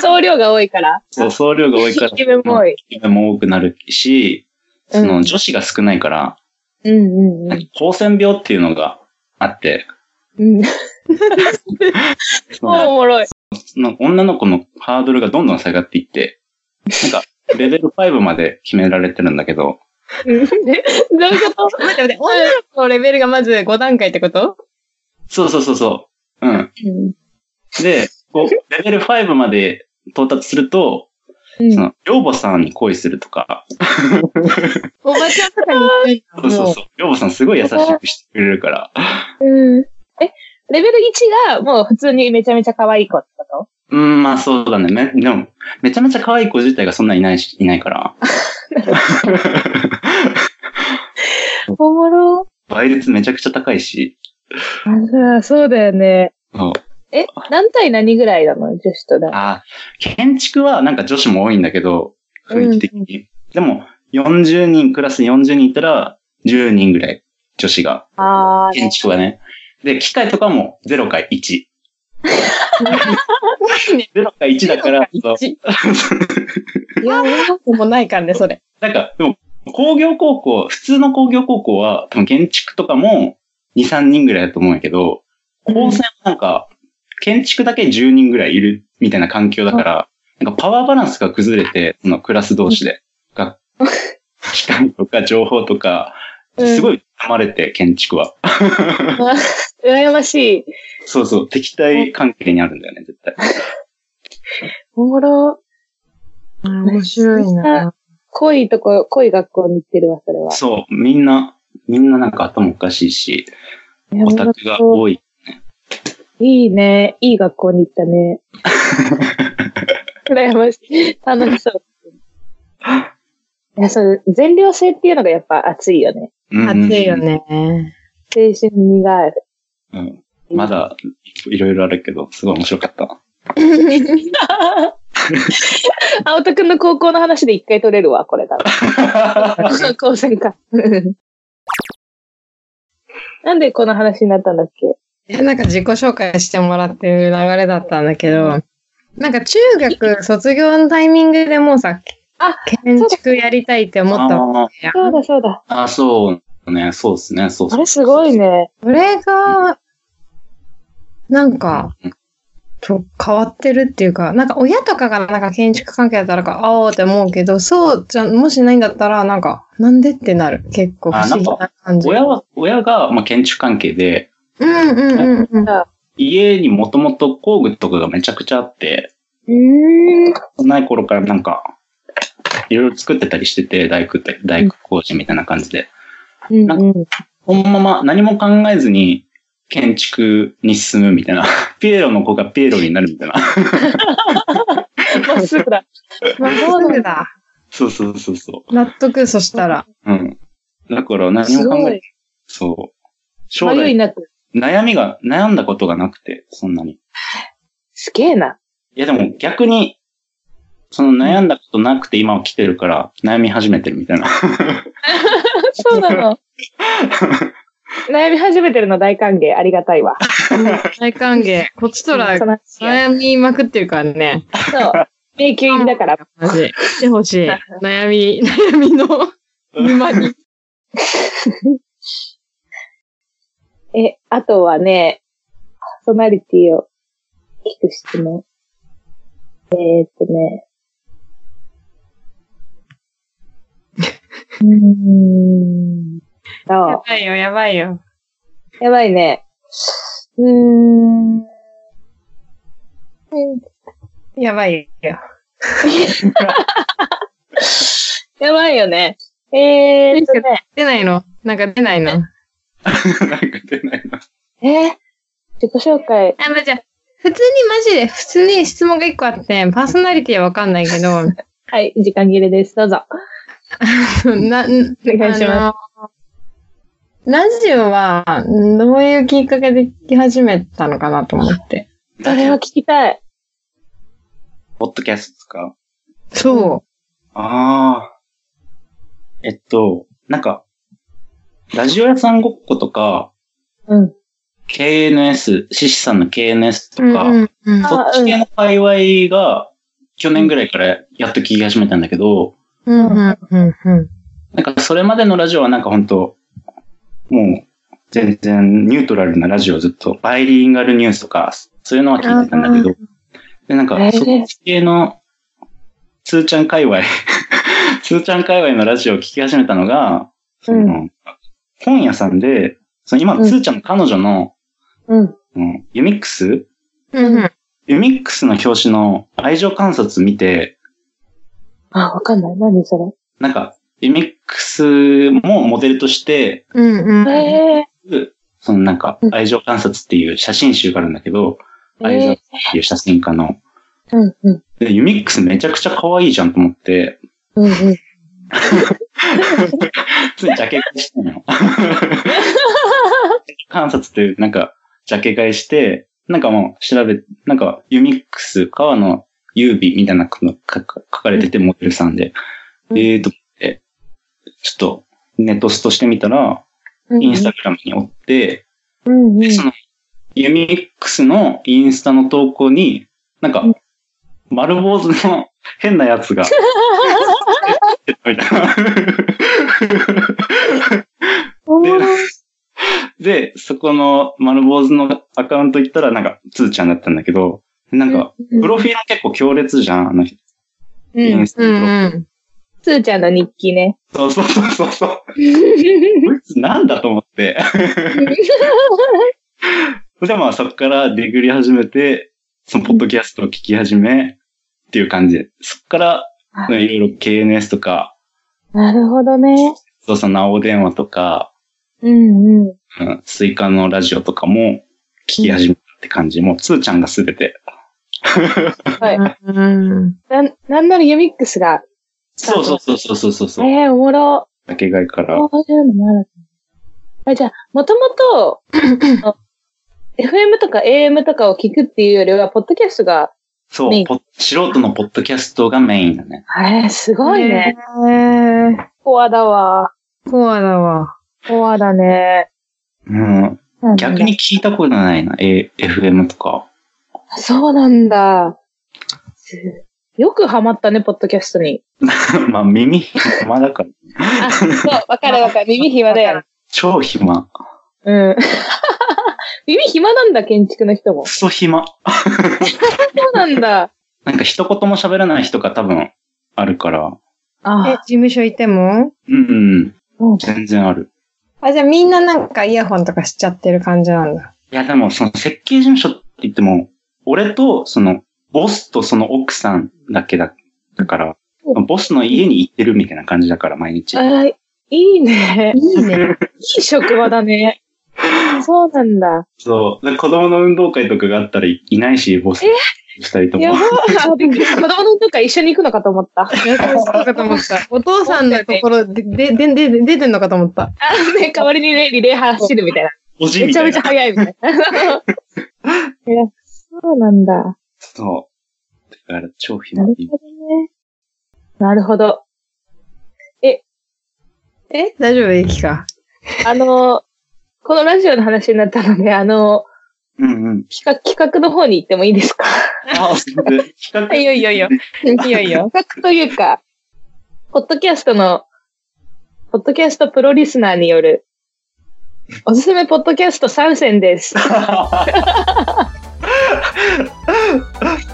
B: 総量が多いから。
C: そう、総量が多いか
B: イ
C: ら、
B: ケメンも多い。
C: イケメンも多くなるし、そ
B: うん
C: の、女子が少ないから、
B: うんうんうん。
C: 光線病っていうのがあって、
B: うん、
C: その
B: おもろい。
C: の女の子のハードルがどんどん下がっていって、なんか、レベル5まで決められてるんだけど、
B: うんでどういうこと
A: 待って待って、女の子のレベルがまず5段階ってこと
C: そうそうそうそう。うん。
B: うん
C: で、こう、レベル5まで到達すると、
B: うん
C: その、寮母さんに恋するとか、
A: おばちゃんとかに言って
C: そうそうそう、寮母さんすごい優しくしてくれるから、
B: うんえ、レベル1がもう普通にめちゃめちゃ可愛い子ってこ
C: うん、まあそうだね。め、でも、めちゃめちゃ可愛い子自体がそんないないし、いない [laughs] から、
B: とおもろ。
C: 倍率めちゃくちゃ高いし、
B: あそうだよね。
C: そう。
B: え、何対何ぐらいなの女子とだ。
C: あー建築はなんか女子も多いんだけど、雰囲気的に。でも、40人、クラス40人いたら、10人ぐらい、女子が。
B: あ
C: 建築はね。で、機械とかも0か1。0か1だから、そう
B: いや、
A: うもないからね、それ。
C: なんか、でも、工業高校、普通の工業高校は、多分建築とかも2、3人ぐらいだと思うんやけど、高専はなんか、建築だけ10人ぐらいいるみたいな環境だから、なんかパワーバランスが崩れて、そのクラス同士で、が機械とか情報とか、
B: うん
C: すごい噛まれて、建築は。
B: 羨ましい。
C: そうそう、敵対関係にあるんだよね、絶対。
B: おもろ。
A: 面白いな。
B: 濃いとこ、濃い学校に行ってるわ、それは。
C: そう、みんな、みんななんか頭おかしいし、
B: いや
C: オタクが多い。
B: いいね。いい学校に行った
C: [laughs]
B: ね。羨ましい。楽しそう。いや、それ、全寮制っていうのがやっぱ熱いよね。
C: うんうん
A: 暑いよ。ね。
B: 青春味がある。
C: うんまだいろいろあるけど、すごい面白かった。
B: [laughs] 青田くんの高校の話で一回取れるわ、これだ。高専か。 [laughs] なんでこの話になったんだっけ
A: いやなんか自己紹介してもらってる流れだったんだけど、なんか中学卒業のタイミングでもうさ、
B: あ
A: 建築やりたいって思ったわ
C: あー
A: けや。
B: そうだそうだ。
C: あ、そうね、そうですね、そう
B: あれすごい
C: ね。
B: ね。
A: それが、なんか、と変わってるっていうか、なんか親とかがなんか建築関係だったらか、あおーって思うけど、そうじゃ、もしないんだったら、なんか、なんでってなる。結構不思議な感じ。
C: 親は、親が、まあ、建築関係で、
A: うんうんうんうん。
C: 家にもともと工具とかがめちゃくちゃあって、
B: うーん。
C: ない頃からなんか、いろいろ作ってたりしてて、大工って、大工工事みたいな感じで。
B: うん
C: なん
B: うん。
C: このまま何も考えずに建築に進むみたいな。 [laughs] ピエロの子がピエロになるみたいな。 [laughs]
B: [laughs] まっすぐだ。
A: まあ、そうだ。
C: そうそうそうそ
A: 納得、そしたら。
C: う。うん。だから何
B: す
C: も考
B: ご
C: え
B: い。
C: そう。将
B: 迷い
C: 来、
B: なく。
C: 悩みが、悩んだことがなくて、そんなに。い
B: すげえな。
C: やでも逆に、その悩んだことなくて今は来てるから、悩み始めてるみたいな。 [laughs]
B: そうなの。悩み始めてるの大歓迎。ありがたいわ。
A: 大歓迎。こっちとら
B: そ、の話や
A: 悩みまくってるからね。
B: そう。迷宮入りだから。
A: マジ。来てほしい。悩み、悩みの沼に。
B: え、あとはね、パーソナリティを聞く質問。えー、っとね。うーん。
A: や
B: そ
A: ばいよ、やばいよ。
B: う。やばいね。うーん。
A: やばいよ。
B: やばいよね。えー、っとね。
A: 出ないのなんか出ないの
C: なんか出ないな。
B: えー、自己紹介。
A: あ、まあ、じゃあ普通にマジで、普通に質問が一個あって、パーソナリティはわかんないけど、 [laughs]
B: はい、時間切れです。どうぞ。
A: な、ん。
B: お願いします
A: ラジオは、どういうきっかけで聞き始めたのかなと思って。
B: それを聞きたい。
C: ポッドキャストですか
A: そ
C: ああ。えっと、なんか、ラジオ屋さんごっことか、
B: うん。
C: KNS、シシさんの KNS と
A: う。
C: か、
A: うんうん
C: そっち系の界隈が、去年ぐらいからやっと聞き始めたんだけど、
A: うんうんうんうん
C: なんかそれまでのラジオはなんかほんと、もう、全然ニュートラルなラジオをずっと、バイリンガルニュースとか、そういうのは聞いてたんだけど、で、なんか
B: え、ー
C: そっち系の、つーちゃん界隈、 [laughs] つーちゃん界隈のラジオを聞き始めたのが、その、
B: う
C: 本屋さんで、その今、
B: うん
C: つーちゃんの彼女の、
B: うん。
C: うん、ユミックス
A: うんうん。
C: ユミックスの表紙の愛情観察見て、
B: あ、わかんない。何そ
C: なんか、ユミックスもモデルとして、
A: うん
B: れ。
A: うん。
B: え
C: そのなんか
B: う、ん
C: 愛情観察っていう写真集があるんだけど、
B: ー、
C: 愛情っ
B: え
C: ていう写真家の。
B: ー、うんうん。
C: で、ユミックスめちゃくちゃ可愛いじゃんと思って、
B: うんうん。
C: 普通にジャケ買いしたのよ。 [laughs] 観察っていう、なんか、ジャケ買いして、なんかもう調べ、なんか、ユミックス、川野優美みたいなのが書か書かれてて、モデルさんで。
B: うん
C: えーと思って、ちょっと、ネットストしてみたら、インスタグラムに追って、 [laughs]
B: うんうん
C: で、その、ユミックスのインスタの投稿に、なんか
B: うん、
C: 丸坊主の変なや
B: [laughs]
C: つが、みたいな。
B: おー
C: で、そこの丸坊主のアカウント行ったら、なんか、つーちゃんだったんだけど、なんか、プロフィール結構強烈じゃん、あの人。
B: う
C: イ
B: ん
C: ンスタのプロフィール
A: うん。
B: つーちゃんの日記
C: [laughs]
B: ね。
C: そうそうそうそ
B: [laughs]
C: うそう。こいつなんだと思って。で、まあそこからディグリ始めて、そのポッドキャストを聞き始め、っていう感じで。そこから、いろいろ KNS とか、
B: なるほどね。
C: そうその青電話とか、
B: うんうん。
C: うん、スイカのラジオとかも聞き始めたって感じ。もう、つーちゃんがすべて。
B: はい。
A: うん。
B: なん、なんならユミックスが、
C: そうそうそうそうそうそうそう。
B: ええおもろ。
C: だけ買いから。
B: こういうのもある。あじゃあ、もとも
C: [laughs]
B: と、あの FM とか AM とかを聞くっていうよりは、ポッドキャストが、
C: そう
B: メイン、
C: ポ素人のポッドキャストがメインだね。
B: えー、すごいね。。
A: えー、
B: コアだわ。
A: コアだわ。
B: コアだね。
C: うん。逆に聞いたことないな、A、FM とか。 [laughs]
B: あ。そうなんだ。すよくハマったね、ポッドキャストに。
C: まあ、耳暇だから。
B: あ、そう、わかるわ [laughs] かる。耳暇だよ。
C: 超暇。
B: うん。 [laughs] 耳暇なんだ、建築の人も。
C: ク
B: そ
C: ソ暇。
B: うなんだ。
C: なんか一言も喋らない人が多分あるから。
A: え、事
B: あ、
A: 務所いても
C: うん、うん。
B: そう
C: 全然ある。
A: あ、じゃあみんななんかイヤホンとかしちゃってる感じなんだ。
C: いや、でも、その設計事務所って言っても、俺と、その、ボスとその奥さんだけだだから、ボスの家に行ってるみたいな感じだから、毎日。
B: あいいね。
A: いいね。
B: いい職場だね。そうなんだ。
C: そう。で子供の運動会とかがあったらいいないし、ボス。二人と
B: や
C: も
B: ば。い。びっくりした子供の時から一緒に行くのかと思った。
A: いやそうかと思った。お父さんのところで、で、で、で、で出てんのかと思った。
B: あ [laughs] ね、代わりにね、リレー走るみたいな。
C: おじ
B: め
C: み
B: ちゃ
C: た
B: め
C: い
B: ちゃ
C: な。
B: 速いみたいな。 [laughs] いやそうなんだ。
C: そう。だから、超
B: な
C: 暇
B: る。ほどね。なるほど。
A: え大丈夫いい気か。
B: あの、このラジオの話になったので、あの、
C: うんうん。
B: 企画、企画の方に行ってもいいですか
C: あ、すごい。比較
B: いやいやいや。
A: [laughs] いやいや。
B: 企画というか、ポッドキャストの、ポッドキャストプロリスナーによる、おすすめポッドキャスト3
A: [laughs]
B: 選です。
C: [laughs]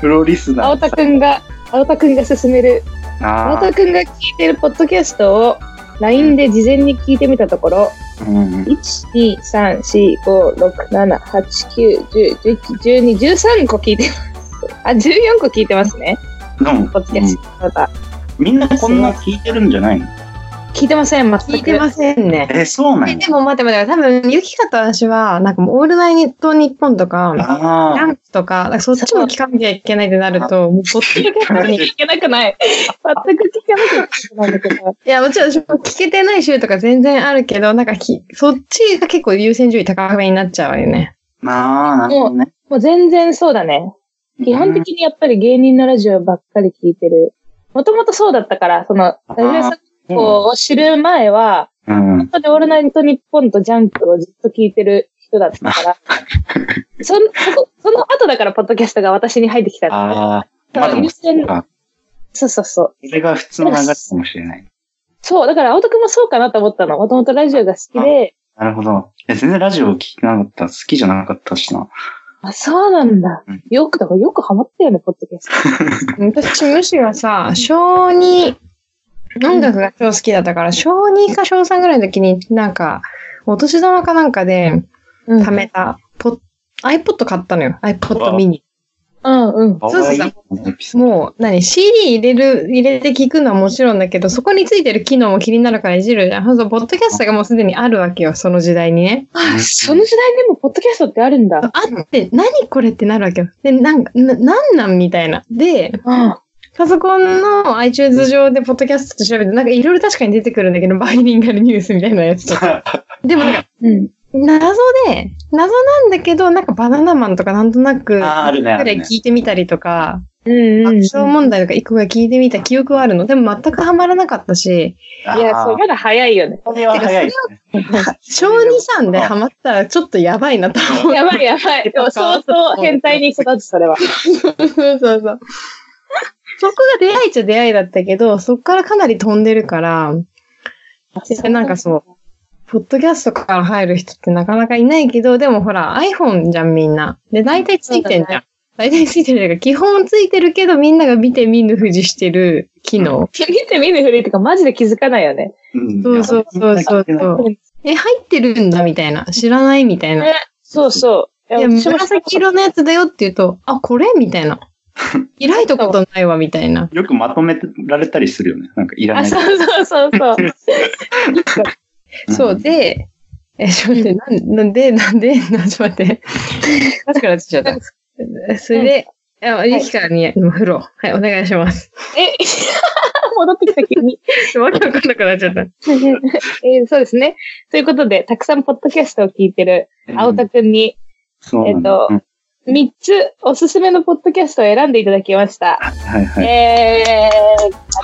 C: プロリスナ
B: 青
C: ー。
B: 田くんが、青田くんが勧める、青
C: あ
B: 田
C: ー
B: くんが聞いてるポッドキャストを LINE で事前に聞いてみたところ、
C: うんうん
B: 1、2、3、4、5、6、7、8、9、10、11、12、13個聞いてます。あ、14個聞いてますね。
C: でも
B: ポッドキャストの方。
C: みんなこんな聞いてるんじゃないの
B: 聞いてません、全く。
A: 聞いてませんね。
C: え、そうなん
A: え
C: や
A: でも待って待って、多分、ゆきかと私は、なんかもう、オールナイトニッポンとか、
C: あ
A: ランクとか、なんかそっちも聞かなきゃいけないってなると、もう、ぼっち
B: ポッドキャストに聞けな
A: [laughs]
B: くない。全く聞かなきゃいけないんだけど。
A: いや、もちろん、私も聞けてない週とか全然あるけど、なんかき、そっちが結構優先順位高めになっちゃうわよね。
C: あ。まあ、なるほどね。
B: もう全然そうだね。基本的にやっぱり芸人のラジオばっかり聞いてる。もともとそうだったから、その、ラジオ作法を知る前は、
C: うん。
B: 本当にオールナイトニッポンとジャンクをずっと聞いてる人だった
A: [laughs]
B: から、その、そこその後だからポッドキャストが私に入ってきた。
C: ああ。
B: そう
C: まあでも、
B: 優
C: そ
B: 先
C: うか
B: そうそうそう。
C: それが普通の流れかもしれない。
B: そう、だから青戸くんもそうかなと思ったの。もともとラジオが好きで、
C: なるほど。いや全然ラジオ聞いてなかった。好きじゃなかったしな。
B: あ、そうなんだ
C: うん。
B: よく、だからよくハマったよね、ポッドキャスト。
C: [laughs]
A: 私、むしろさ、小2、音楽が超好きだったから、小2か小3ぐらいの時に、なんか、お年玉かなんかで、
B: うん
A: 貯めた、ポッ、iPod 買ったのよ。iPod ミニ。
B: うんうん。
C: か
A: うそう
C: わいいエピソード。
A: もう、何 ?CD 入れる、入れて聞くのはもちろんだけど、そこについてる機能も気になるからいじるじゃん。そうそう、ポッドキャストがもうすでにあるわけよ、その時代にね。
B: あ、その時代でもポッドキャストってあるんだ。
A: あって、何これってなるわけよ。で、なんか、な、なんなんみたいな。で、
B: あ
A: パソコンの iTunes 上でポッドキャストって調べて、なんかいろいろ確かに出てくるんだけど、バイリンガルニュースみたいなやつとか。 [laughs] でもなんか、
B: うん。
A: 謎で、謎なんだけど、なんかバナナマンとかなんとなく、
C: あーあるねあ
A: ぐ
C: る
A: らい
C: ね
A: 聞いてみたりとか、
B: うんうん。
A: 爆
B: い
A: 笑問題とか一個が聞いてみた記憶はあるの。でも全くハマらなかったし、
C: あー
B: や、そう、まだ早いよね。
C: これは早いですね。
A: 小2さんでハマったらちょっとやばいなと思
B: やばいやばい。でも相当変態に育つ、それは。
A: う。そうそうそう。そこが出会いっちゃ出会いだったけど、そこからかなり飛んでるから、でなんかそう、ポッドキャストから入る人ってなかなかいないけど、でもほら、iPhone じゃん、みんな。で、大体ついてんじゃん。大体ついてるから、基本ついてるけど、みんなが見て見ぬふじしてる機能。
B: 見て見ぬふりとかマジで気づかないよね。
C: うん
A: そうそうそうそう
C: いや
A: そう。え、入ってるんだ、みたいな。知らない、みたいな。い
B: ねそうそう。い
A: や、
B: や、私も
A: 紫色のやつだよって言うと、あ、これみた [laughs] いな。開いたことないわ、みたいな。
C: よくまとめられたりするよね。なんかい
B: [laughs]
C: ら
B: あ、
C: ない。
B: そうそうそうそう。
A: そう、で、え、ちょっと待って、なん、なんで、なんで、なんちょっと待って。おかしくなってきちゃった。えそれで、あ、ゆきかに、もう風呂。はい、お願いします。
B: え、 [laughs] 戻ってきた急に。
A: わけわかんなくなっちゃった。
B: [laughs] えーそうですね。ということで、たくさんポッドキャストを聞いてる青田くんに、
C: そうなんだ
B: えっと
C: うん
B: 3つおすすめのポッドキャストを選んでいただきました。
C: はいはい。
B: え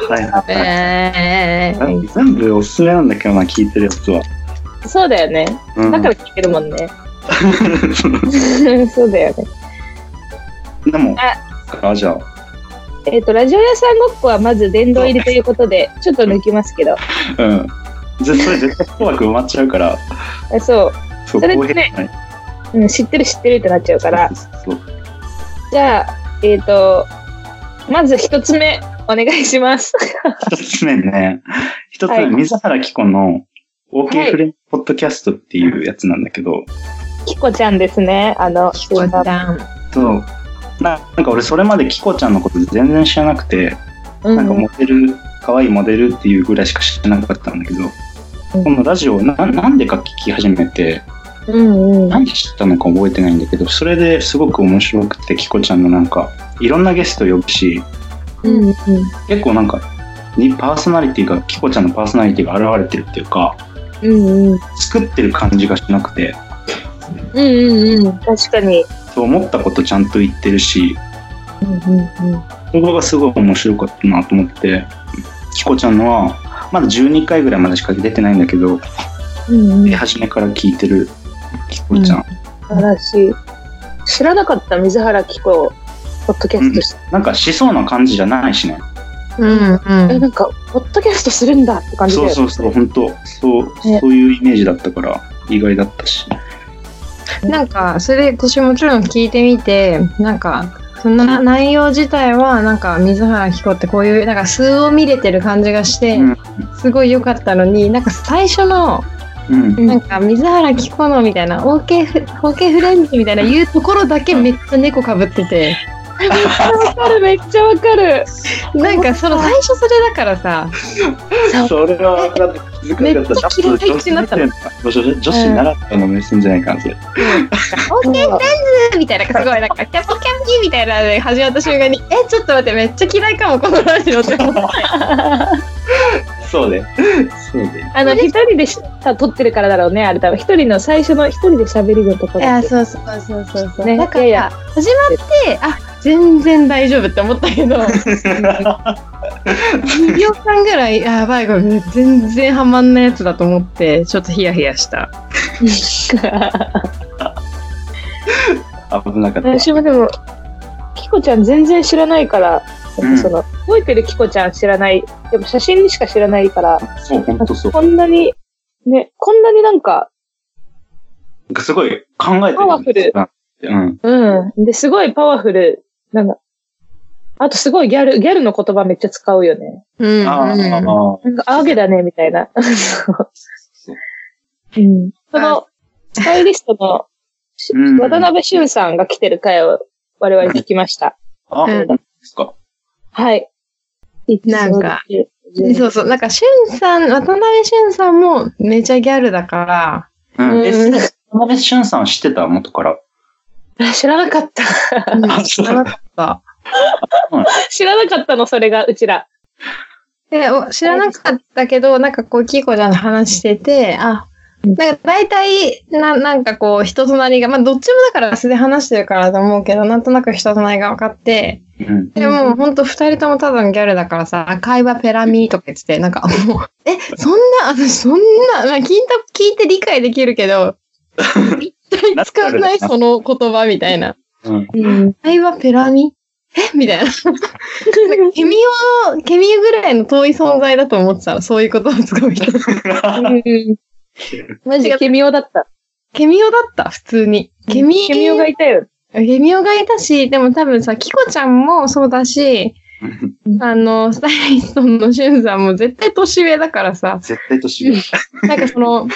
C: はいはいはい
A: えー
C: 全部全部おすすめなんだけどな、聞いてるやつは。
B: ー、そうだよね。
C: うん
B: だから聞いてるもんね。 [laughs] そうだよね。
C: [laughs] でも、あ、じゃあ、
B: えっ、と、ラジオ屋さんごっこはまず殿堂入りということで、ちょっと抜きますけど。
C: うん。ずそれ絶対紅白埋まっちゃうから、
B: えそう、
C: そう、
B: それ
C: 公
B: ね
C: 平じゃない
B: うん、知ってる知ってるってなっちゃうから。
C: そうそうそう
B: じゃあ、えっ、と、まず一つ目、お願いします。 [laughs]
C: 一つ目ね。一つ
B: は
C: 目、
B: い
C: 水原希子の OK
B: はい
C: フレンポッドキャストっていうやつなんだけど、
B: キコちゃんですね。あの、
A: キコちゃん。
C: そう。ななんか俺それまでキコちゃんのこと全然知らなくて、
B: うん
C: なんかモデル、可愛いモデルっていうぐらいしか知らなかったんだけど、
B: うん
C: このラジオな、なんでか聞き始めて、
B: うんうん。
C: 何したのか覚えてないんだけど、それですごく面白くて、キコちゃんのなんか、いろんなゲスト呼ぶし、
B: うんうん。
C: 結構なんか、にパーソナリティが、キコちゃんのパーソナリティが現れてるっていうか、
B: うんうん。
C: 作ってる感じがしなくて、
B: うんうんうん。確かに。
C: そう思ったことちゃんと言ってるし、
B: うんうんうん。
C: そこがすごい面白かったなと思って、キコちゃんのは、まだ12回ぐらいまでしか出てないんだけど、
B: うんうん。素
C: 初めから聞いてるキコちゃん。
B: 晴らしい。知らなかった水原希子、ポッドキャストして。
C: なんかしそうな感じじゃないしね。
A: うんう
B: え、
A: ん。
B: なんか、ポッドキャストするんだって感じだ
C: そ
B: よ
C: う
B: ね。
C: そうそう、本当そう、
B: ね
C: そういうイメージだったから、意外だったし。
A: なんか、それ私もちろん聞いてみて、なんか、そんな内容自体は、なんか、水原希子ってこういう、なんか、数を見れてる感じがして
C: うん、
A: すごい良かったのに、なんか最初の、
C: うん。
B: うん
A: なんか、水原希子のみたいな、OK フ OK フレンズみたい [laughs] な言うところだけめっちゃ猫かぶってて、
B: わかる、めっちゃわかる。
A: なんか、その最初それだからさ、
C: それは分かって気づかなかった。
A: めっちゃ嫌いってなったの
C: 女子女子ならったの目線じゃないかな、それ。
A: OK みたいな、すごい、なん [laughs] か、キャピキャピみたいなので始まった瞬間に、え、ちょっと待って、めっちゃ嫌いかも、このラジオって思って。
C: そうで。そうで。
B: あの、一人でしさ撮ってるからだろうね、あれ多分。一人の最初の一人で喋りのところ
A: い
B: だ
A: や
B: け。
A: そうそうそうそうそう、
B: ね
A: だから
B: いやいや
A: 始まってあ全然大丈夫って思ったけ [laughs] ど2秒間ぐらいあやばいこれ全然ハマんないやつだと思ってちょっとヒヤヒヤした
C: 危なかった。
B: 私もでも、キコちゃん全然知らないから、
C: うん
B: その、覚えてるキコちゃん知らない。でも写真にしか知らないから、
C: そう、本当そう。
B: こんなに、ね、こんなになんか、
C: なんかすごい考えてる。
B: パワフル。
C: うん。
B: うん。で、すごいパワフル。なんか、あとすごいギャル、ギャルの言葉めっちゃ使うよね。
A: うん
C: ああ、あ
A: うん
C: あ。
B: なんか、あげだね、みたいな。そう
C: そう
B: うん。その、スタイリストのし
C: うん
B: 渡辺修さんが来てる回を我々聞きました。
C: あ、
A: うん
C: そうですか。
B: はい。
A: なんか
B: うん、
A: そうそうなんかしゅんさん渡辺しゅんさんもめちゃギャルだから
C: うん。え、
B: うん
C: 渡辺俊さん知ってた元から。
B: あ知らなかった。 [laughs]
A: うん
C: そう
A: 知らなかった
B: 知らなかったの、それが、うちら。
A: でお知らなかったけどなんかこうキーコちゃんの話しててあなんか大体な、なんかこう人となりが、まあどっちもだから素で話してるからだと思うけど、なんとなく人となりが分かって、
C: うん。
A: でも、ほんと二人ともただのギャルだからさ、会話ペラミとか言ってて、なんかもう、え、そんな、私そんな、まあ、聞いた、聞いて理解できるけど、絶対使わないその言葉みたいな。
C: うん。
B: うん。
A: 会話ペラミえみたいな。なんかケミオ、ケミオぐらいの遠い存在だと思ってたら、そういうことを使う人。
B: マジ、ケミオだった。
A: [laughs] ケミオだった、普通に。ケミ、
B: ケミオがいたよ。
A: ゲミオがいたし、でも多分さ、キコちゃんもそうだし、あの、スタイリストのシュンさんも絶対年上だからさ、
C: [laughs] 絶対年上。
A: なんかそ [laughs] の、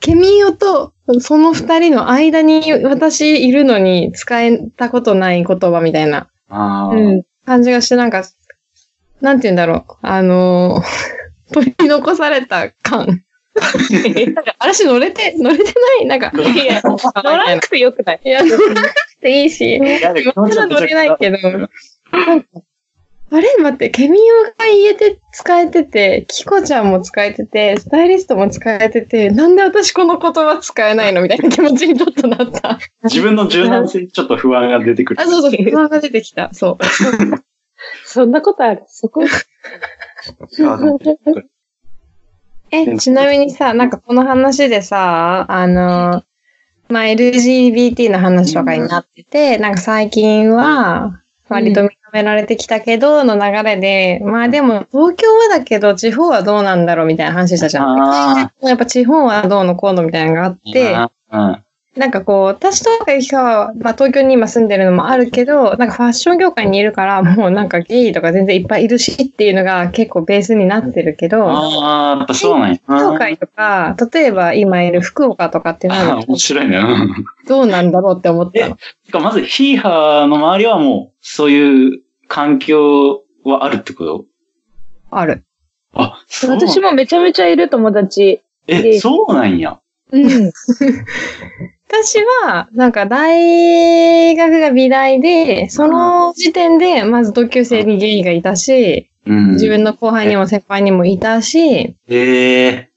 A: ケミオとその二人の間に私いるのに使えたことない言葉みたいな
C: ああ。
B: うん。
A: 感じがして、なんか、 [laughs]
B: [laughs]
A: なんて言うんだろう、あの、取り残された感。なんか嵐乗れて、乗れてないなんか、
B: いや、乗らなくてよくない。
A: いや、乗らなくていいし、乗ら乗れないけど、なんかあれ待って、ケミオが言えて、使えてて、キコちゃんも使えてて、スタイリストも使えてて、なんで私この言葉使えないのみたいな気持ちにちょっとな
B: [laughs]
A: った。
C: 自分の柔軟性にちょっと不安が出てくる
A: あ、。そうそう、不安が出てきた。そう。
B: そんなことある。そこ。
C: あでも
A: [laughs] え、ちなみにさ、なんかこの話でさ、あの、まあ、LGBT の話とかになってて、なんか最近は、割と認められてきたけど、の流れで、まあでも、東京はだけど、地方はどうなんだろうみたいな話したじゃん。
C: あ
A: やっぱ地方はどうのこうのみたいなのがあっ
C: ー
A: て、
C: あ
A: なんかこう、私とかゆきかは、まあ東京に今住んでるのもあるけど、なんかファッション業界にいるから、もうなんかゲイとか全然いっぱいいるしっていうのが結構ベースになってるけ
C: ー
A: ど、
C: あー、やっぱそうなんや。
A: 業界とか、例えば今いる福岡とかってな
C: あ
A: る
C: ー
A: と
C: 面、白いね。うん
A: どうなんだろうって思ったの。
C: てかまずヒーハーの周りはもう、そういう環境はあるってこと
A: ある。
C: あ、そうなん
B: 私もめちゃめちゃいる友達。
C: え、そうなんや。
B: うん。
A: 私は、なんか大学が美大で、その時点で、まず同級生にゲイがいたし、
C: うん。
A: 自分の後輩にも先輩にもいたし、
C: へえ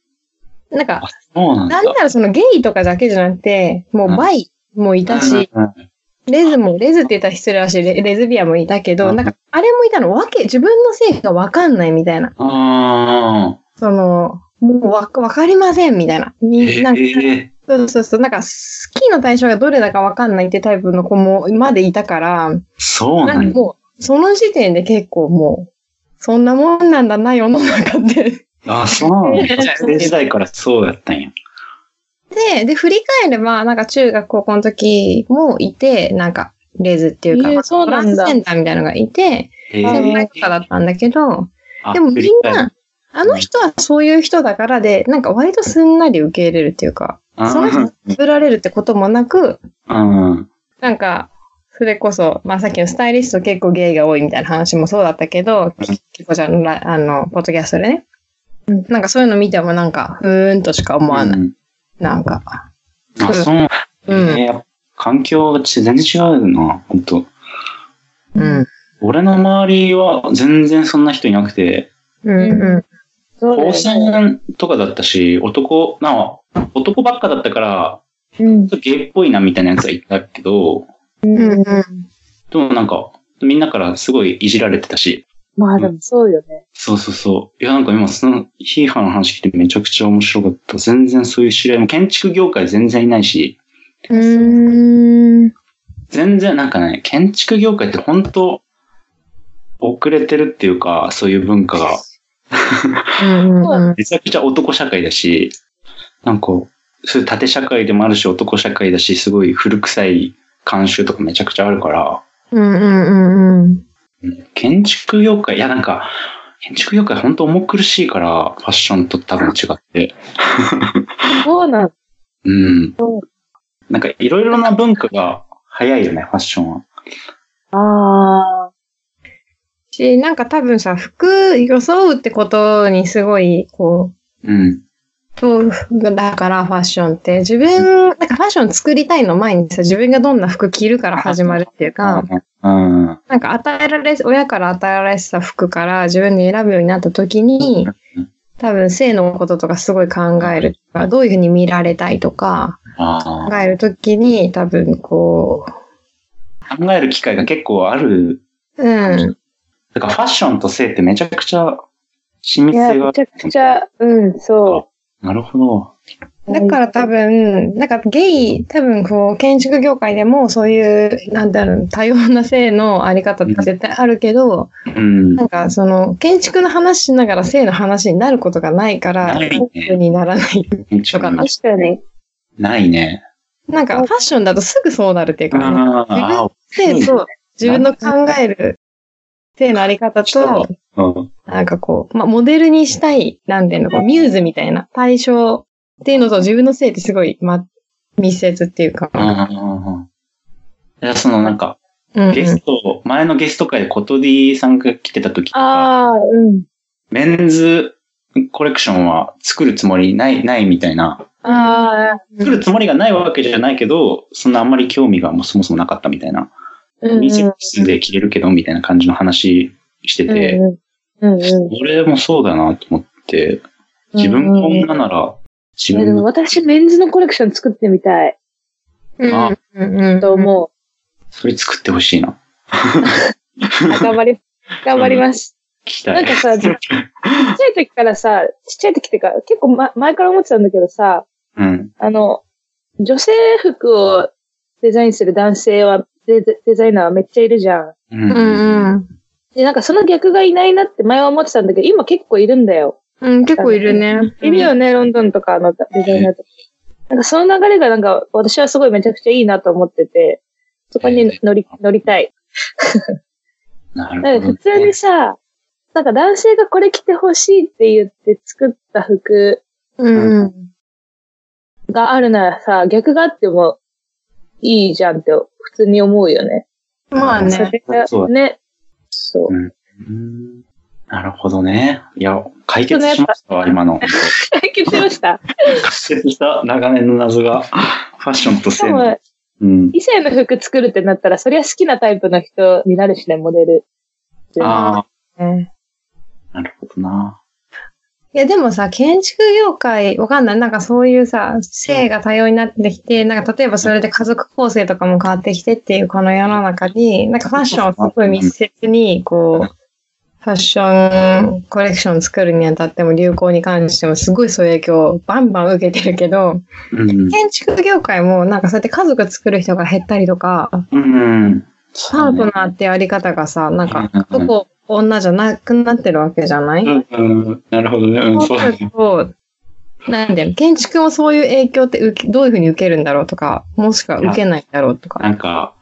A: なんか
C: ー、あ、、そうなんだ。
A: なんならそのゲイとかだけじゃなくて、もうバイもいたし、
C: うん
A: レズも、レズって言ったら失礼だし、レレズビアンもいたけ
C: う
A: ど、
C: ん
A: なんか、あれもいたの、わけ、自分の性がわかんないみたいな。
C: あ
A: その、もうわ、わかりませんみたいな。
C: ー
A: になんか
C: へ
A: そうそうそう、なんか、好きの対象がどれだかわかんないってタイプの子も、までいたから、
C: ーそうな
A: なん
C: ん
A: か
C: や。
A: もう、その時点で結構もう、そんなもんなんだな、世の中って。
C: [laughs] あ、そうなんや。学生時代からそうやったんや。
A: で、で、振り返れば、なんか中学高校の時もいて、なんか、レズっていうか、
B: えー
A: まあ
B: そうなんだ
A: トランスセンターみたいなのがいて、
C: へー
A: 先輩とかだったんだけど、
C: あ
A: でもみん
C: 振り返る
A: な、あの人はそういう人だからで、なんか割とすんなり受け入れるっていうか、
C: あー
A: その人に振られるってこともなく、
C: うん。
A: なんか、それこそ、まあさっきのスタイリスト結構ゲイが多いみたいな話もそうだったけど、ききこちゃんのラ、あの、ポッドキャストでね。なんかそういうの見てもなんか、ふーんとしか思わない。
C: うん
A: なんか。
C: あ、そう。
A: うん。
C: えー環境が全然違うな、本当
A: うん。
C: 俺の周りは全然そんな人いなくて、
A: うん。うん。
B: そうだ
C: 高
B: よね。
C: 専とかだったし、男、なあ男ばっかだったから、
B: うん
C: ちょっとゲイっぽいなみたいなやつはいたけど、
A: うん
C: でもなんか、みんなからすごいいじられてたし、
B: まあでもそうよね。
C: そうそうそう。いや、なんか今、その、ヒーハーの話聞いてめちゃくちゃ面白かった。全然そういう知り合いも、建築業界全然いないし、
A: うん。
C: 全然なんかね、建築業界って本当遅れてるっていうか、そういう文化が。
A: うん。
C: めちゃくちゃ男社会だし、なんか、そういう縦社会でもあるし、男社会だし、すごい古臭い慣習とかめちゃくちゃあるから、
A: うん。うん。
C: 建築業界、いやなんか、建築業界本当重苦しいから、ファッションと多分違って。
B: そうなん
C: うん。なんかいろいろな文化が早いよね、ファッションは。
B: ああ。
A: し、なんか多分さ、服装うってことにすごい、こう、
C: うん。
A: そうだからファッションって、自分、なんかファッション作りたいの前にさ、自分がどんな服着るから始まるっていうか、
C: うん。
A: なんか与えられ、親から与えられてた服から自分で選ぶようになった時に、多分性のこととかすごい考えるとか、どういうふうに見られたいとか、
C: あ
A: 考える時に多分こ
C: あ。考える機会が結構ある。
A: う、うん、
C: だからファッションと性ってめちゃくちゃ親
B: い
C: 密
B: や、
C: 性が
B: めちゃくちゃ、うん、そ
C: なるほど。
B: う。
A: だから多分、なんかゲイ、多分こう、建築業界でもそういう、なんだろう、多様な性のあり方って絶対あるけど、
C: うん。
A: なんかその、建築の話しながら性の話になることがないから、
C: ないね
A: オープンにならない。
C: 一応
A: かな
B: 確かに。
C: ないね。
A: なんかファッションだとすぐそうなるっていうか、
C: あ
A: 自分
C: あ、
A: で、そう、自分の考える性のあり方と、
C: うん。
A: なんかこう、まあ、モデルにしたい、なんていうの、こうミューズみたいな対象っていうのと自分の性ってすごい、ま、密接っていうか。
C: ああ。いや、そのなんか、
A: うん、
C: ゲスト、前のゲスト会でコトディさんが来てた時とか、
B: ああ、うん。
C: メンズコレクションは作るつもりない、ないみたいな。
B: ああ、
C: 作るつもりがないわけじゃないけど、そんなあんまり興味がもうそもそもなかったみたいな。
B: うんうん。
C: 2セで着れるけど、みたいな感じの話してて、
B: うんうん。うんうん
C: 俺もそうだなと思って、自分が女なら、自
B: いやで
C: 分
B: も
C: の
B: 私、メンズのコレクション作ってみたい
A: うん
C: あ
A: うんうん
B: と思
C: それ作ってほしいな。
B: う。頑張り、頑張ります。
C: 聞きた
B: なん
C: い。
B: かさ、ちっちゃい時からさ、ちっちゃい時っていうか、結構、ま、前から思ってたんだけどさ、
C: うん。
B: あの、女性服をデザインする男性は、デデザイナーはめっちゃいるじゃん。
C: う。
A: うんんうん
B: で、なんかその逆がいないなって前は思ってたんだけど、今結構いるんだよ。
A: うん、結構いるね。
B: いるよね、ロンドンとかのデザイナーとか。なんかその流れがなんか私はすごいめちゃくちゃいいなと思ってて、そこに乗り、乗りたい。
C: な
B: だから
C: るほど
B: 普通にさ、なんか男性がこれ着てほしいって言って作った服
A: うんうん。
B: があるならさ、逆があってもいいじゃんって普通に思うよね。
A: まあ
B: それ
A: ね。
B: が
C: そうだ
B: ね。そう。
C: うんなるほどね。いや、解決しましたわ、今の。
B: 解決しま
C: [laughs]
B: した。
C: 解決した長年の謎が、ファッションと
B: しか
C: 性
B: も
C: の。、うん。
B: 異性の服作るってなったら、そりゃ好きなタイプの人になるしね、モデル。
C: ああ、
A: ね
C: なるほどな。
A: いや、でもさ、建築業界、わかんない。なんかそういうさ、性が多様になってきて、なんか例えばそれで家族構成とかも変わってきてっていうこの世の中に、なんかファッションをすごい密接に、こう、ファッションコレクション作るにあたっても流行に関してもすごいそういう影響をバンバン受けてるけど、
C: うん。
A: 建築業界もなんかそうやって家族作る人が減ったりとか、
C: うん。
A: パート
C: ー
A: ナーってあり方がさ、なんか
C: うんうん
A: 男、女じゃなくなってるわけじゃない、
C: うんうん、なるほどね。うん、
A: そ
C: そう
A: う
C: だ
A: す
C: ね。
A: ると、なんで、建築もそういう影響って受けどういうふうに受けるんだろうとか、もしくは受けないんだろうとか。
C: なんか、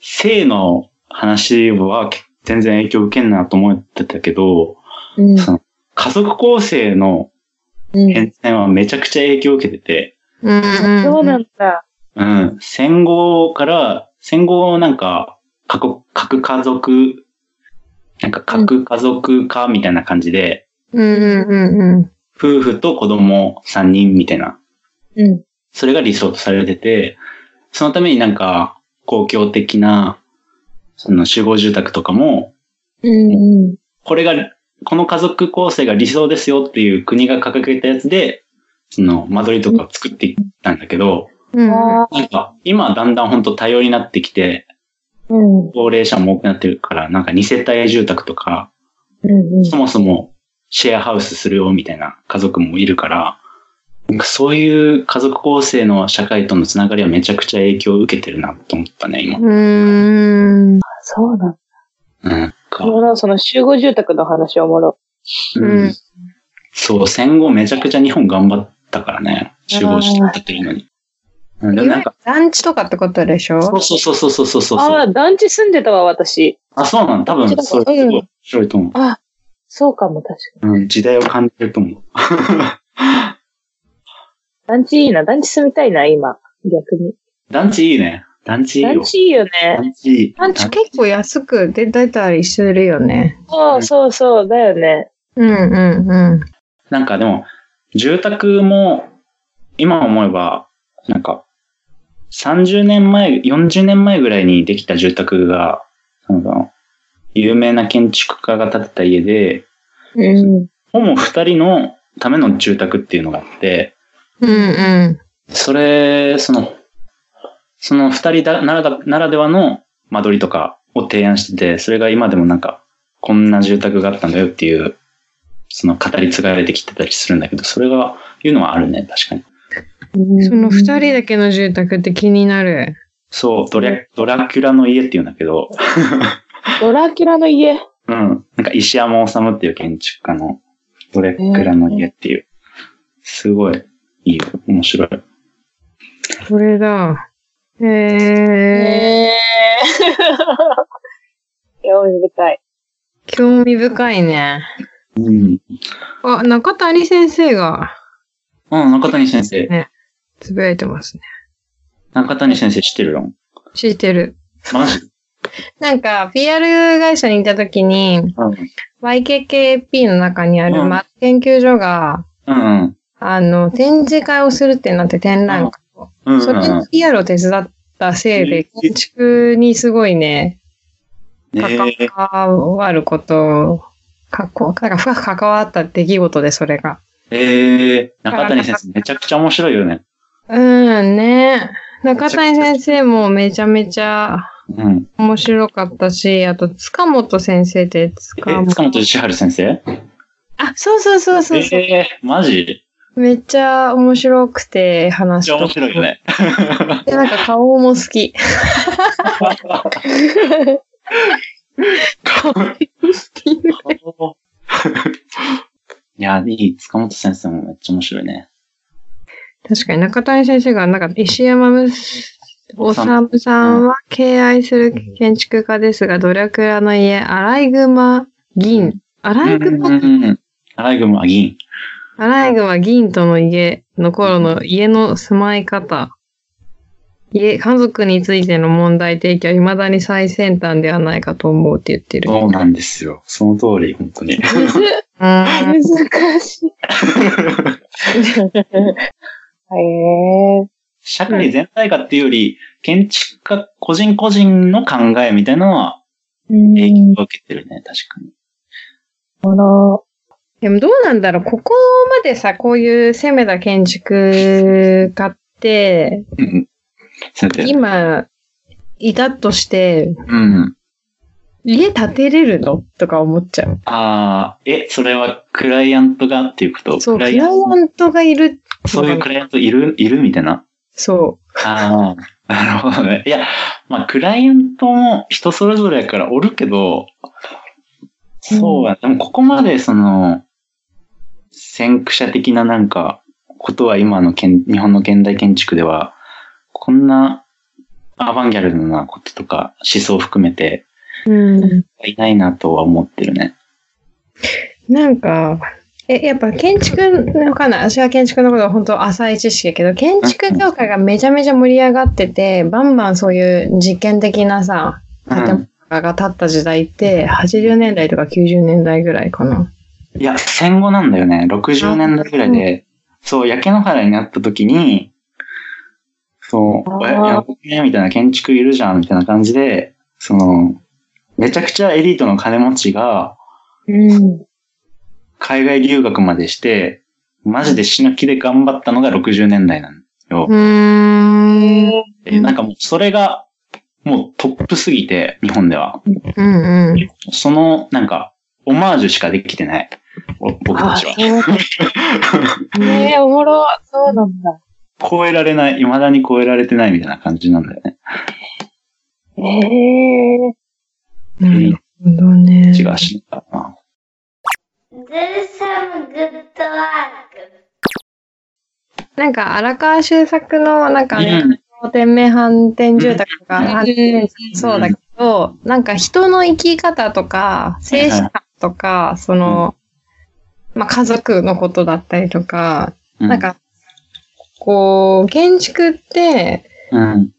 C: 性の話は全然影響受けんなと思ってたけど、
B: うん。
C: その家族構成の変遷はめちゃくちゃ影響を受けてて、
A: うんうん
B: そうなんだ。
C: うん、戦後から、戦後なんか、各、各家族、なんか各家族化みたいな感じで、
A: うんうんうんうん。
C: 夫婦と子供3人みたいな、
B: うん。
C: それが理想とされてて、そのためになんか、公共的な、その集合住宅とかも、
B: うん。うん。
C: これが、この家族構成が理想ですよっていう国が掲げたやつで、その間取りとかを作っていったんだけど、
A: うん
B: あ
C: なんか今だんだん本当多様になってきて、
B: ーうん。うん。
C: 高齢者も多くなってるから、なんか二世帯住宅とか、
B: うん。
C: そもそもシェアハウスするよみたいな家族もいるから、なんかそういう家族構成の社会とのつながりはめちゃくちゃ影響を受けてるなと思ったね、今。
A: うん。
B: そうなんだ。
C: なん
B: お
C: か、
B: もろ、その集合住宅の話おもろ。
A: うん
C: そう、戦後めちゃくちゃ日本頑張ったからね、集合してたっていうのに。うん、
A: い
C: で
A: わゆ
C: もなん
A: る
C: か、
A: 団地とかってことでしょ
C: そうそうそうそうそうそうそう。
B: ああ、団地住んでたわ、私。
C: あ、そうなの多分、そういうこと面白いと思
B: あそうかも、確かに。
C: う。うん、時代を感じると思う。
B: 団地いいな、団地住みたいな、今。逆に。
C: 団地いいね。団地いいよ。
B: 団地いいよね。
C: 団地いい。
A: 団地結構安く出出たりするよね。
B: そうそうそう、だよね。
A: うんうんうん。
C: なんかでも、住宅も、今思えば、なんか、30年前、40年前ぐらいにできた住宅が、その、有名な建築家が建てた家で、
B: うん。
C: ほぼ二人のための住宅っていうのがあって、
A: うんう
C: それ、その、その二人だならだならではの間取りとかを提案してて、それが今でもなんか、こんな住宅があったんだよっていう、その語り継がれてきてたりするんだけど、それが、いうのはあるね、確かに。
A: ん。その二人だけの住宅って気になる。
C: そう、ドラドラキュラの家っていうんだけど、
B: ドラキュラの家。
C: うん。なんか石山治っていう建築家のドラキュラの家っていう、すごい、いいよ、面白い。
A: これだ。へえー、
B: ええ。 [laughs] 興味深い。
A: 興味深いね。
C: うん。
A: あ、中谷先生が
C: うん、中谷先生。
A: つぶやいてますね。
C: 中谷先生知ってるの
A: 知ってる。
C: マジ
A: なんか、PR 会社にいた時に、
C: うん。
A: YKKP の中にある
C: うん
A: マップ研究所が、
C: うんうん。
A: あの、展示会をするってなって展覧会を。
C: うんうん
A: それの PR を手伝ったせいで、
C: うん
A: 建築にすごいね、
C: えー
A: 関わること、かっこ、なんか深く関わった出来事で、それが。
C: えー、中谷先生めちゃくちゃ面白いよね。
A: うん、ね中谷先生もめちゃめちゃ
C: うん。
A: 面白かったし、あと、塚本先生って
C: え、
A: 塚
C: 塚本
A: 本。
C: 義春先生
A: あ、そうそうそうそうそう、
C: えー、マジ
A: めっちゃ面白くて
C: めっ
A: 話
C: ちゃ面白いよ。ね。
A: で、なんか顔も好き。顔も好き。
C: [laughs] いや、いい。塚本先生もめっちゃ面白いね。
A: 確かに中谷先生が、なんか石山むす、おさむさんは敬愛する建築家ですが、ドラクラの家、アライグマ銀。アライグマ、
C: アライグマ銀。
A: アライグマ銀との家の頃の家の住まい方。家、家族についての問題提起は未だに最先端ではないかと思うって言ってる。
C: そうなんですよ。その通り、本当に。
A: うん
B: 難しい。へえ。
C: 社会全体がっていうより、建築家個人個人の考えみたいなのは
B: うん
C: 影響を受けてるね、確かに。
B: この、
A: でもどうなんだろうここまでさ、こういう攻めた建築家って、
C: うん。そうだよね
A: 今、いたとして、
C: うん。
A: 家建てれるのとか思っちゃう。
C: ああ、え、それはクライアントがっていうこと
A: そう、ク
C: クラ
A: ラ
C: イ
A: イ
C: ア
A: ア
C: ント。
A: ントがいる。
C: そういうクライアントいる、いるみたいな。
A: そ
C: ああ、なるほどね。いや、まあ、クライアントも人それぞれやからおるけど、そうや、でもここまでその、先駆者的ななんか、ことは今のけん日本の現代建築では、こんなアバンギャルドなこととか思想を含めて
A: う。うん。
C: いないなとは思ってるね。
A: なんか、え、やっぱ建築、わかんない。私は建築のことは本当浅い知識やけど、建築業界がめちゃめちゃ盛り上がってて、バンバンそういう実験的なさ、
C: う
A: 建物
C: ん、
A: が建った時代って、80年代とか90年代ぐらいかな。
C: いや、戦後なんだよね。60年代ぐらいで、そう、焼け野原になった時に、そう、え、
B: あー
C: やばくねみたいな建築いるじゃんみたいな感じで、その、めちゃくちゃエリートの金持ちが、
B: うん。
C: 海外留学までして、マジで死ぬ気で頑張ったのが60年代なんよ。
A: うーん。
C: でなんかもうそれが、もうトップすぎて、日本では。
A: うんうん。
C: その、なんか、オマージュしかできてない。お僕た
B: あ、
C: ち
B: そ
C: は。
B: うなんだ。ねえ、おもろ。そうなんだ。
C: 超えられない、未だに超えられてないみたいな感じなんだよね。
B: ええ
A: なるほどね。
C: 気がしなかったな。
D: Do some good work.
A: なんか、荒川修作の、なんかね、
C: うん
A: 天命反転住宅と
C: うん
A: か、反転そうだけど、なんか人の生き方とか、精神観とか、その、まあ、家族のことだったりとか、なん、か、こう、建築って、
C: うん。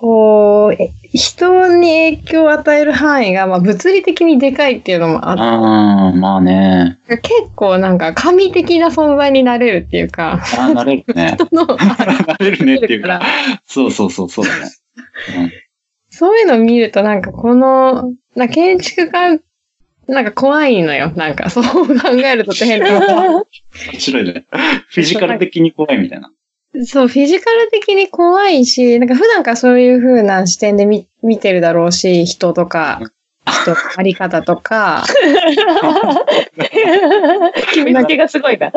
A: こう、え人に影響を与える範囲が、まあ、物理的にでかいっていうのもあっ
C: ああ、まあね。
A: て、結構なんか神的な存在になれるっていうか、 [laughs]
C: ああ、なれる [laughs] ね。
A: 人の、
C: なれるねっていう
A: か
C: か。
A: ら
C: そうそうそう、そうだね。
A: そういうの見るとなんかこの、な建築家、なんか怖いのよ。なんかそう考えるとって変だけど
C: うん面白いね。フィジカル的に怖いみたいな。
A: そう、フィジカル的に怖いし、なんか普段からそういう風な視点で見見てるだろうし、人とか、人のあり方とか、
B: 決めつけがすごいな。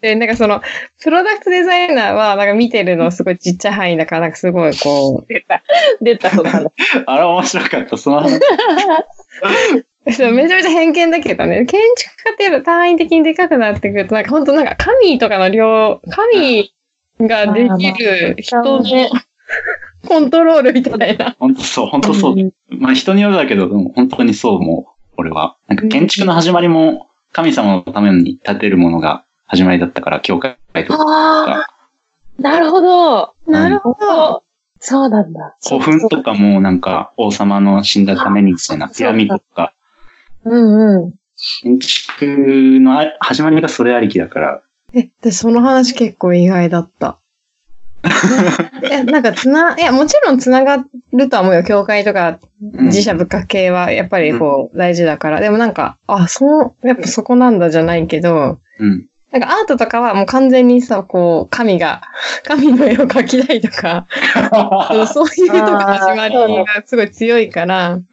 A: で、なんかその、プロダクトデザイナーはなんか見てるのすごいちっちゃい範囲だから、なんかすごいこ
B: 出た。出た、その話。
C: あれ面白かった、その話。
A: う、 [laughs] そうめちゃめちゃ偏見だけどね、建築家っていうのは単位的にでかくなってくると、なんか本当なんか神とかの量、神ができる人の [laughs] コントロールみたいな。
C: 本当そう、本当そう。まあ人によるだけど、でも本当にそう思う、俺は。なんか建築の始まりも、神様のために建てるものが始まりだったから、教会とか。
B: ああ、なるほど。
C: なる
B: ほど。そうなんだ。
C: 古墳とかもなんか王様の死んだためにみたいな、
B: あ
C: ピラミッドとか、
B: うんうん。
C: 建築のあ始まりがそれありきだから、
A: え、で、その話結構意外だ [laughs] った。え、なんかつな、いや、もちろんつながるとは思うよ。教会とか
C: うん
A: 自社仏閣系はやっぱりこう大事だから。でもなんか、あ、そう、やっぱそこなんだじゃないけど、
C: うん。
A: なんかアートとかはもう完全にさ、こう、神が、 [laughs] 神の絵を描きたいとか、そういうとこ始まりがすごい強いから、
C: うん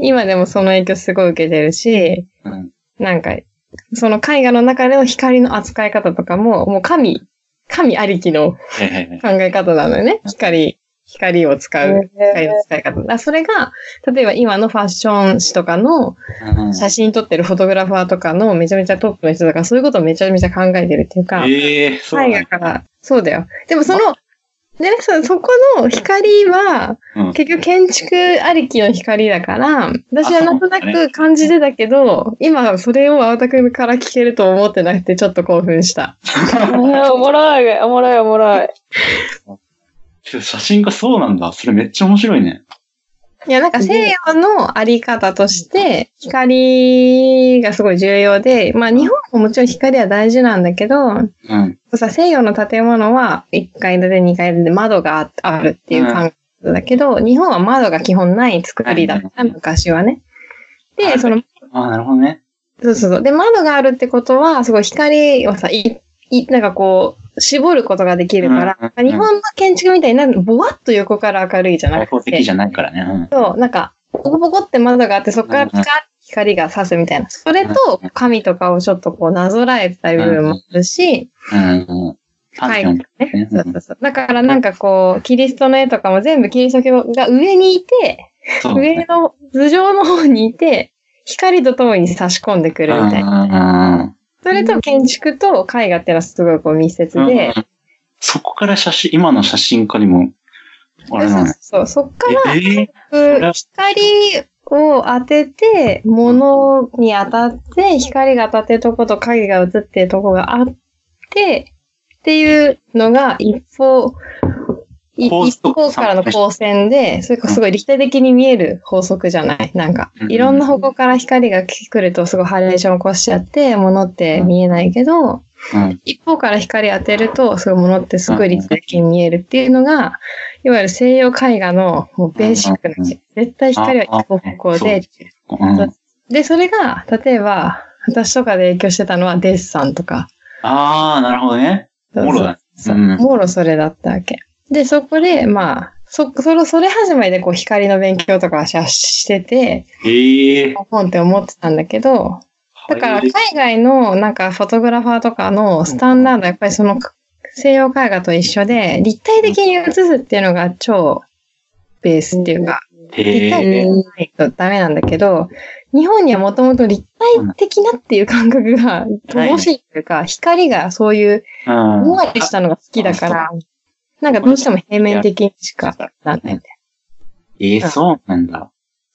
A: 今でもその影響すごい受けてるし、
C: うん
A: なんか、その絵画の中での光の扱い方とかも、もう神、神ありきの
C: へへへ
A: 考え方なのよね。光、光を使う、光の使い方。だからそれが、例えば今のファッション誌とかの
C: うん
A: 写真撮ってるフォトグラファーとかのめちゃめちゃトップの人とか、そういうことをめちゃめちゃ考えてるっていうか、
C: ええそうなん
A: 絵
C: だ
A: 画から、そうだよ。でもその、ね、そそこの光は、
C: うん
A: 結局建築ありきの光だから、私はなんとな
C: あそうなん
A: く感じてたけど、今それを青田くんから聞けると思ってなくてちょっと興奮した。
B: おもろい、おもろい、おもろい。
C: ちょ写真がそうなんだ。それめっちゃ面白いね。
A: いや、なんか西洋のあり方として、光がすごい重要で、まあ日本ももちろん光は大事なんだけど、
C: うん。
A: さ西洋の建物は1階建て2階建て窓がああるっていう感覚だけど、日本は窓が基本ない作りだっ
C: は
A: た、
C: いはい
A: 昔はね。
C: は
A: で、
C: い
A: その
C: ああ、なるほどね。
A: そうそうそう。で、窓があるってことは、すごい光をさ、い、い、なんかこう、絞ることができるから、
C: うんうんうん
A: 日本の建築みたいになんかぼわっと横から明るいじゃな
C: 開放
A: く
C: 的
A: て
C: じ、ゃないからね。うん
A: そう、なんか、ボコボコって窓があって、そこからピカッて光が差すみたいな。それと
C: うんうん、
A: 紙とかをちょっとこう、なぞらえてた部分もあるし、
C: うんうん。パンピョンとか
A: ね
C: ね。う
A: そうんそうそう。だからなんかこう、キリストの絵とかも全部キリスト教が上にいて、
C: そうだ
A: 上
C: ね。
A: の頭上の方にいて、光とともに差し込んでくるみたいな。
C: うん
A: それと建築と絵画っていうのはすごいこう密接
C: うんうん
A: で、
C: そこから写真、今の写真家にも、あれ
A: そ
C: な
A: う
C: の
A: そうそっから
C: ええ
A: うん光を当てて、物に当たって、光が当たってるとこと影が映ってるとこがあって、っていうのが一方、い
C: 構図
A: 一
C: とか
A: 方からの光線で、それこそすごい立体的に見える法則じゃないなんか
C: う、ん
A: いろんな方向から光が来るとすごいハレーション起こしちゃって、物って見えないけど、
C: うん
A: 一方から光当てると、そういうものってすごい立体的に見えるっていうのが、いわゆる西洋絵画のもうベーシックな
C: うんうんう
A: 絶対光は一方向
C: ああ
A: で、
C: うん
A: そうで、それが、例えば、私とかで影響してたのはデッサンとか、
C: ああ、なるほどね。
A: そう
C: もろだね
A: そう
C: うん
A: もろそれだったわけ。で、そこで、まあ、そ、それ、それ始まりでこう光の勉強とかはししてて、
C: ええ
A: 本って思ってたんだけど、だから海外のなんかフォトグラファーとかのスタンダードはやっぱりその西洋絵画と一緒で立体的に写すっていうのが超ベースっていうか立体
C: え
A: 的
C: え
A: じゃないとダメなんだけど日本にはもともと立体的なっていう感覚が乏しいというか光がそういう
C: うん
A: ふんわりしたのが好きだからなんかどうしても平面的にしかなんないんだよ
C: ええそうなんだ。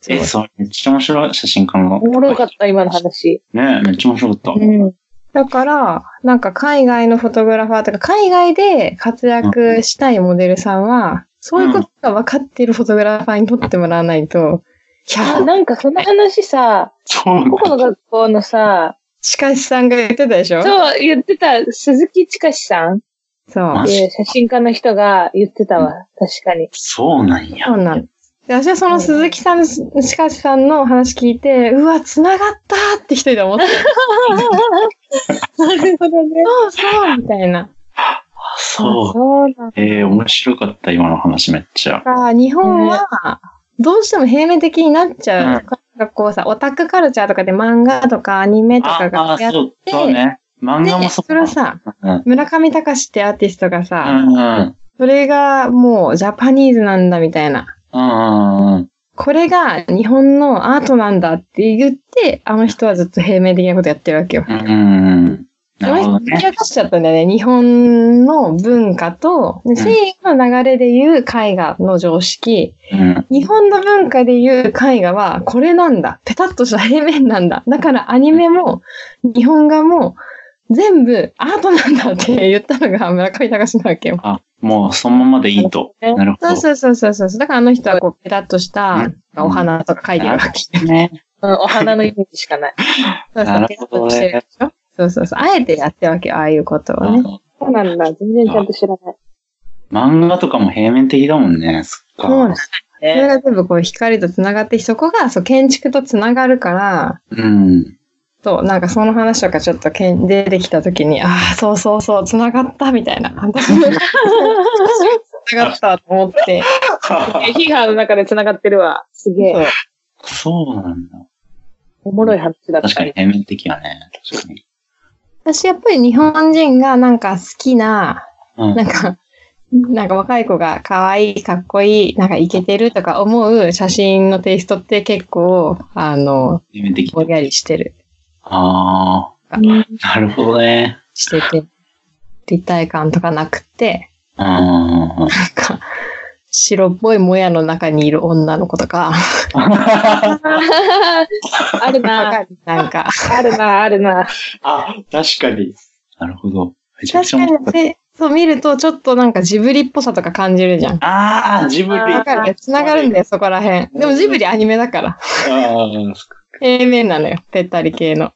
C: え、
A: そう
C: そう、めっちゃ面白い写真家の
B: お。もろかった、今の話。
C: ねめっちゃ面白かった。
B: ん。
A: だから、なんか海外のフォトグラファーとか、海外で活躍したいモデルさんは、そういうことが分かっているフォトグラファーに撮ってもらわないと、いや、
B: あ、なんかその話さ、
C: そう
B: ここの学校のさ、
A: しかしさんが言ってたでしょ
B: そう言ってた鈴木千佳さんっ
A: そう
C: マ
B: て
C: ジ
B: いう写真家の人が言ってたわ。確かに。
C: そうなんや。
A: そうなの。で私はその鈴木さん、しかしさんの話聞いて、うわ、繋がったって一人で思って、
B: なるほどね。
A: そうそうみたいな。
C: そう。
B: そうなんだ。
C: ええ面白かった、今の話めっちゃ。
A: だから日本は、どうしても平面的になっちゃう。
C: うん
A: なんかこうさ、オタクカルチャーとかで漫画とかアニメとか
C: あ
A: が
C: あ、
A: やっ
C: そう、そうね。漫画も
A: で、
C: そ
A: そうれはさ、
C: うん
A: 村上隆ってアーティストが
C: う
A: さ、
C: んうん。
A: それがもうジャパニーズなんだみたいな。
C: うんうん。
A: これが日本のアートなんだって言って、あの人はずっと平面的なことやってるわけよ。
C: うん。
A: あ
C: な
A: の
C: るほ
A: 人
C: ど
A: ぶち
C: ね。
A: 明かしちゃったんだよね。日本の文化と、で西洋の流れで言う絵画の常識、
C: うん。
A: 日本の文化で言う絵画はこれなんだ。ペタッとした平面なんだ。だからアニメも日本画も全部アートなんだって言ったのが村上隆なわけよ。
C: もうそのままでいいと。
B: なるほどね
C: なるほ
A: そう
C: ど。
A: そうそうそうそうそう。だからあの人はこう、ペタッとした
C: う、ん
A: お花とか書いてるわけ。
C: ね。
B: うん、お花のイメージしかない。
A: そうそ
C: な
A: う、
C: る
A: ペタッ
C: ほどね
A: としてるでしょそうそうそう。あえてやってるわけよ、ああいうことはね。
B: そうなんだ。全然ちゃんと知らない。
C: 漫画とかも平面的だもんね。そっか。
A: そうなんそれが全部こう、光と繋がって、そこが、そう、建築と繋がるから、 [laughs]
C: うん。
A: そう、なんかその話とかちょっとけん出てきたときに、ああ、そうそうそう、繋がった、み
C: [laughs]
A: たいな。私も
B: [laughs]
A: 繋がったと思って。
B: ねヒーハーの中で繋がってるわ。すげ
A: そう
B: え。
C: そうなんだ。
B: おもろい話だった。
C: 確かに。平面的やね。確かに。
A: 私やっぱり日本人がなんか好きな、
C: うん
A: なんか、なんか若い子が可愛い、かっこいい、なんかイケてるとか思う写真のテイストって結構、あの、
C: 平面的。
A: ぼんやりしてる、
C: ああ。なるほどね。
A: してて、立体感とかなくて、
C: うんうんうんうん。
A: なんか、白っぽいもやの中にいる女の子とか、
B: あるな。
A: なんか、
B: あるな、あるな。
C: あ、確かに。なるほど。めちゃく
A: 確
C: ち
A: か
C: ゃ面白
A: に
C: かった。
A: せ、そう見るとちょっとなんかジブリっぽさとか感じるじゃん。
C: ああ、ジブリ。
B: あー
A: わかる繋がるんだよ、そこら辺。でもジブリアニメだから。
C: あー
A: 平面なのよ、ぺったり系の。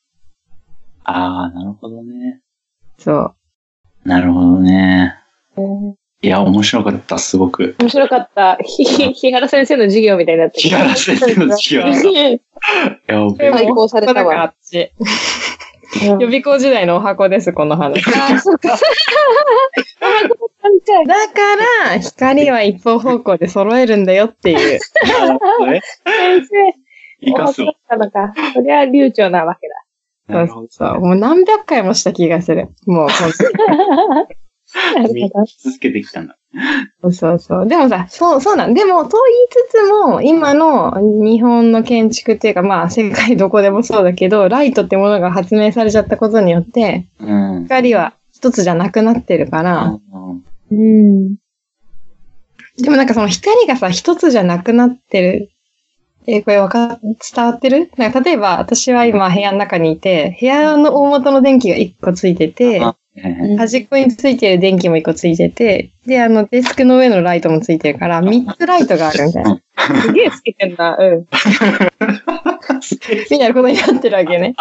C: あー、なるほどね。
A: そう。
C: なるほどね。
B: 面
C: いや、面白かった、すごく。
B: 白かった。ひ、ひ、 [laughs] 日原先生の授業みたいになって
C: 木原先生の授業な
B: [laughs]
C: んだ。い
B: 生。
C: や、僕
B: でも
A: はい
B: 移行され
A: だか
B: た
A: ら
B: わ。
A: 私、
B: うん
A: 予備校時代のお箱です、この話。だ
B: あー、そうか。
A: から、光は一方方向で揃えるんだよって [laughs] いう。
B: 先生。
C: 生かす
B: お
C: わ
B: だ。ったのか。そりゃ流暢なわけ
A: そ
C: な
A: う
C: るほど。
A: そう。もう何百回もした気がする。もう、そ
B: だ。なる
C: 見
B: ほど。
C: 続けてきたんだ。
A: うそうそう。で [laughs] もさ、そう、そうなん。でも、と言いつつも、今の日本の建築っていうか、まあ、世界どこでもそうだけど、ライトってものが発明されちゃったことによって、
C: うん。うん
A: 光は一つじゃなくなってるから、
B: うん。
A: でもなんかその光がさ、一つじゃなくなってる。え、これわか、伝わってるなんか例えば、私は今部屋の中にいて、部屋の大元の電気が一個ついてて、
C: あはいはい
A: 端っこについてる電気も一個ついてて、で、あの、デスクの上のライトもついてるから、三つライトがあるみ
C: [laughs]
A: たいな。
B: すげえつけてんな。うん。
A: みたいなことになってるわけよね。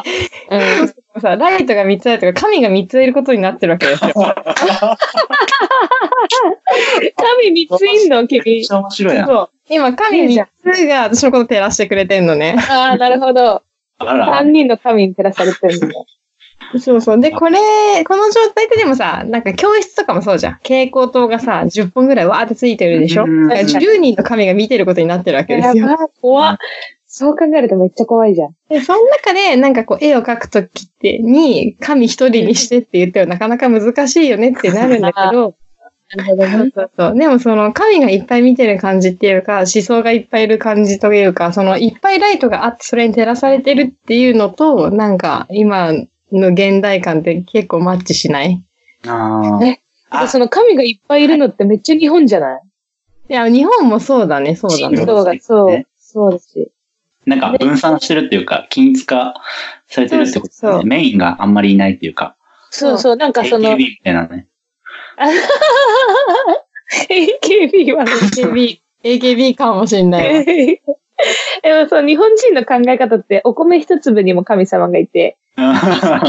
B: うん。
A: さ、ライトが三つあるとか、神が三ついることになってるわけですよ。
B: 神三ついんの
C: めっ
B: 君。
C: ちゃ面白いな。
A: そう。今、神三つが私のこと照らしてくれてんのね。
B: ああ、なるほど。
C: あら。
B: 三人の神に照らされてるんだね。
A: そうそう。で、これ、この状態ってでもさ、なんか教室とかもそうじゃん。蛍光灯がさ、10本ぐらいわーってついてるでしょ。
C: うん
A: だから10人の神が見てることになってるわけで
B: や
A: すよ。
B: ばい、怖っ。そう考えるとめっちゃ怖いじゃん。
A: で、その中で、なんかこう、絵を描くときって、に、神一人にしてって言ってはなかなか難しいよねってなるんだ
C: [laughs]
A: けど、
B: なるほど
A: そうそうそう。でもその、神がいっぱい見てる感じっていうか、思想がいっぱいいる感じというか、その、いっぱいライトがあって、それに照らされてるっていうのと、なんか、今の現代感って結構マッチしない
C: あ
B: え
C: あ
B: その神がいっぱいいるのってめっちゃ日本じゃない
A: いや、日本もそうだね、そうだ
C: う
A: ね。
C: ん
B: そうが、そう
C: ね、
B: そうだし。
C: なんか分散してるっていうか、均一化されてるってことです
A: そうそう
C: ね。メインがあんまりいないっていうか、
B: そうそう、なんかそ
C: [laughs] AKB
B: の、
C: みたいなね。
B: AKB はね
A: AKB、AKB かもしんないわ。
B: [laughs] でもそう、日本人の考え方って、お米一粒にも神様がいて、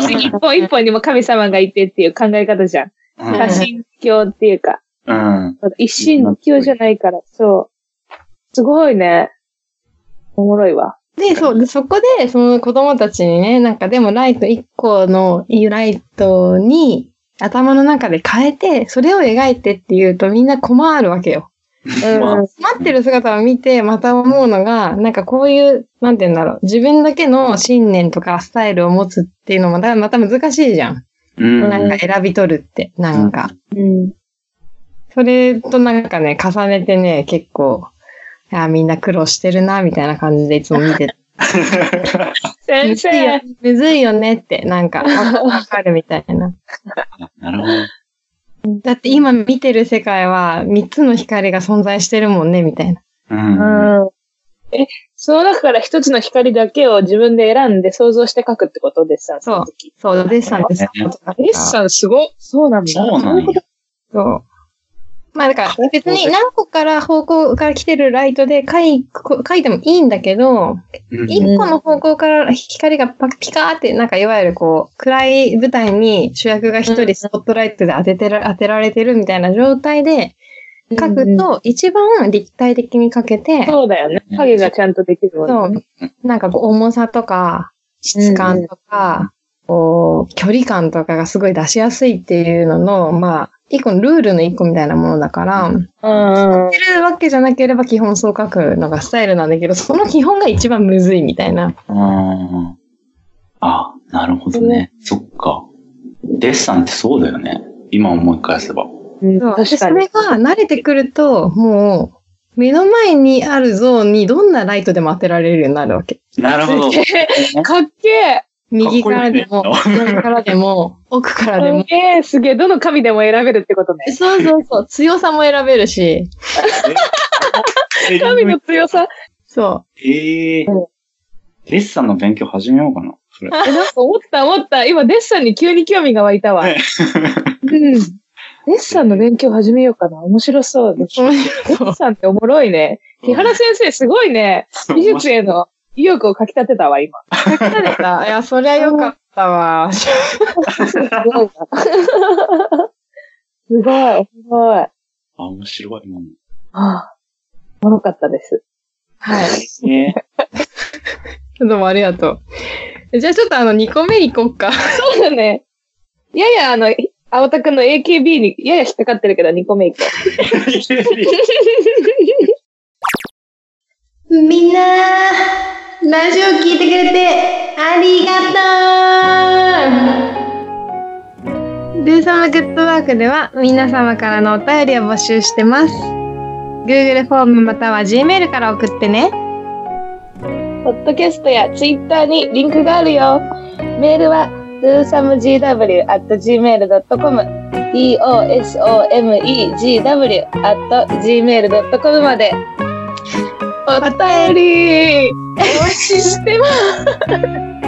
B: 一本一本にも神様がいてっていう考え方じゃん。
C: う
B: 多
C: ん
B: 神教っていうか、
C: うん。
B: 一神教じゃないから、そう。すごいね。おもろいわ。
A: で、そう、でそこで、その子供たちにね、なんかでもライト1個のライトに頭の中で変えて、それを描いてっていうとみんな困るわけよ。
C: まあ
A: 困ってる姿を見て、また思うのが、なんかこういう、なんて言うんだろう、自分だけの信念とかスタイルを持つっていうのも、だまた難しいじゃん。
C: うん
A: なんか選び取るって、なんか。
B: うん。
A: それとなんかね、重ねてね、結構、いや、みんな苦労してるな、みたいな感じでいつも見て [laughs] て。む
B: 先
A: ずいよ
B: 生。
A: むずいよねって、なん [laughs] か、わかるみたいな。
C: なるほど。
A: だって今見てる世界は、三つの光が存在してるもんね、みたいな。
C: うん。
B: え、その中から一つの光だけを自分で選んで想像して描くってことデッサンするとき。
A: そう、デッサンで
C: ね
A: そうとか。
B: デッサンすごっそうなんだ。
C: そうなんや。
A: そう。まあだから別に何個から方向から来てるライトで書い書いてもいいんだけど、
C: うん
A: 一個の方向から光がパピカーって、なんかいわゆるこう、暗い舞台に主役が一人スポットライトで当ててら当てられてるみたいな状態で書くと、一番立体的に書けて、
B: そうだよね。影がちゃんとできるもんね。
A: そう、なんかこう重さとか、質感とか、こう、距離感とかがすごい出しやすいっていうのの、まあ、一個のルールの一個みたいなものだから、
B: うんうん。
A: 知ってるわけじゃなければ基本そう書くのがスタイルなんだけど、その基本が一番むずいみたいな。
C: うん。あ、なるほどね。そっか。デッサンってそうだよね。今思い返せば。
B: うん
A: そう
B: 確
A: そ
B: か
A: れ
B: に。
A: が慣れてくると、もう、目の前にある像にどんなライトでも当てられるようになるわけ。
C: なるほど。
B: すげかっけえ
A: 右からでも、
C: かっ
A: [laughs]
C: こ
A: 左からでも、奥からで
B: す
A: も。
B: げえすげえどの神でも選べるってことね。
A: そうそうそう、強さも選べるし、
B: 神の強さ。
A: そ
C: ええ
B: う
C: デッサンの勉強始めようかな。それ。
B: え、なんか思った思った。今、デッサンに急に興味が湧いたわ。
C: ね
B: うん。デッサンの勉強始めようかな。面白そうです。
A: う。面
B: デ
A: 白
B: ッ
A: い。
B: サンっておもろいね。木原先生、すごいね。
C: [laughs]
B: 美術
C: へ
B: への意欲をかき立てたわ、今。
A: 疲れた。 [laughs] いや、そりゃよかったわ。
B: すごいわ。すごい、面白い。
C: あ、面白い今の。
B: ああ、おもろかったです。
A: [laughs] はい。
C: え
B: [laughs]
A: どうもありがとう。じゃあちょっとあの、2個目いこうか。
B: そうだね。やや、あの、青田くんの AKB にやや引っかかってるけど、2個目いこう。
D: みんな、ラジオ聞いてくれてありがとう
A: ルーサムグッドワークでは皆様からのお便りを募集してます。Google フォームまたは Gmail から送ってね。
B: ポッドキャストやツイッターにリンクがあるよ。メールは dosamegw.gmail.com dosomegw.gmail.com まで。お便りお待ちしてます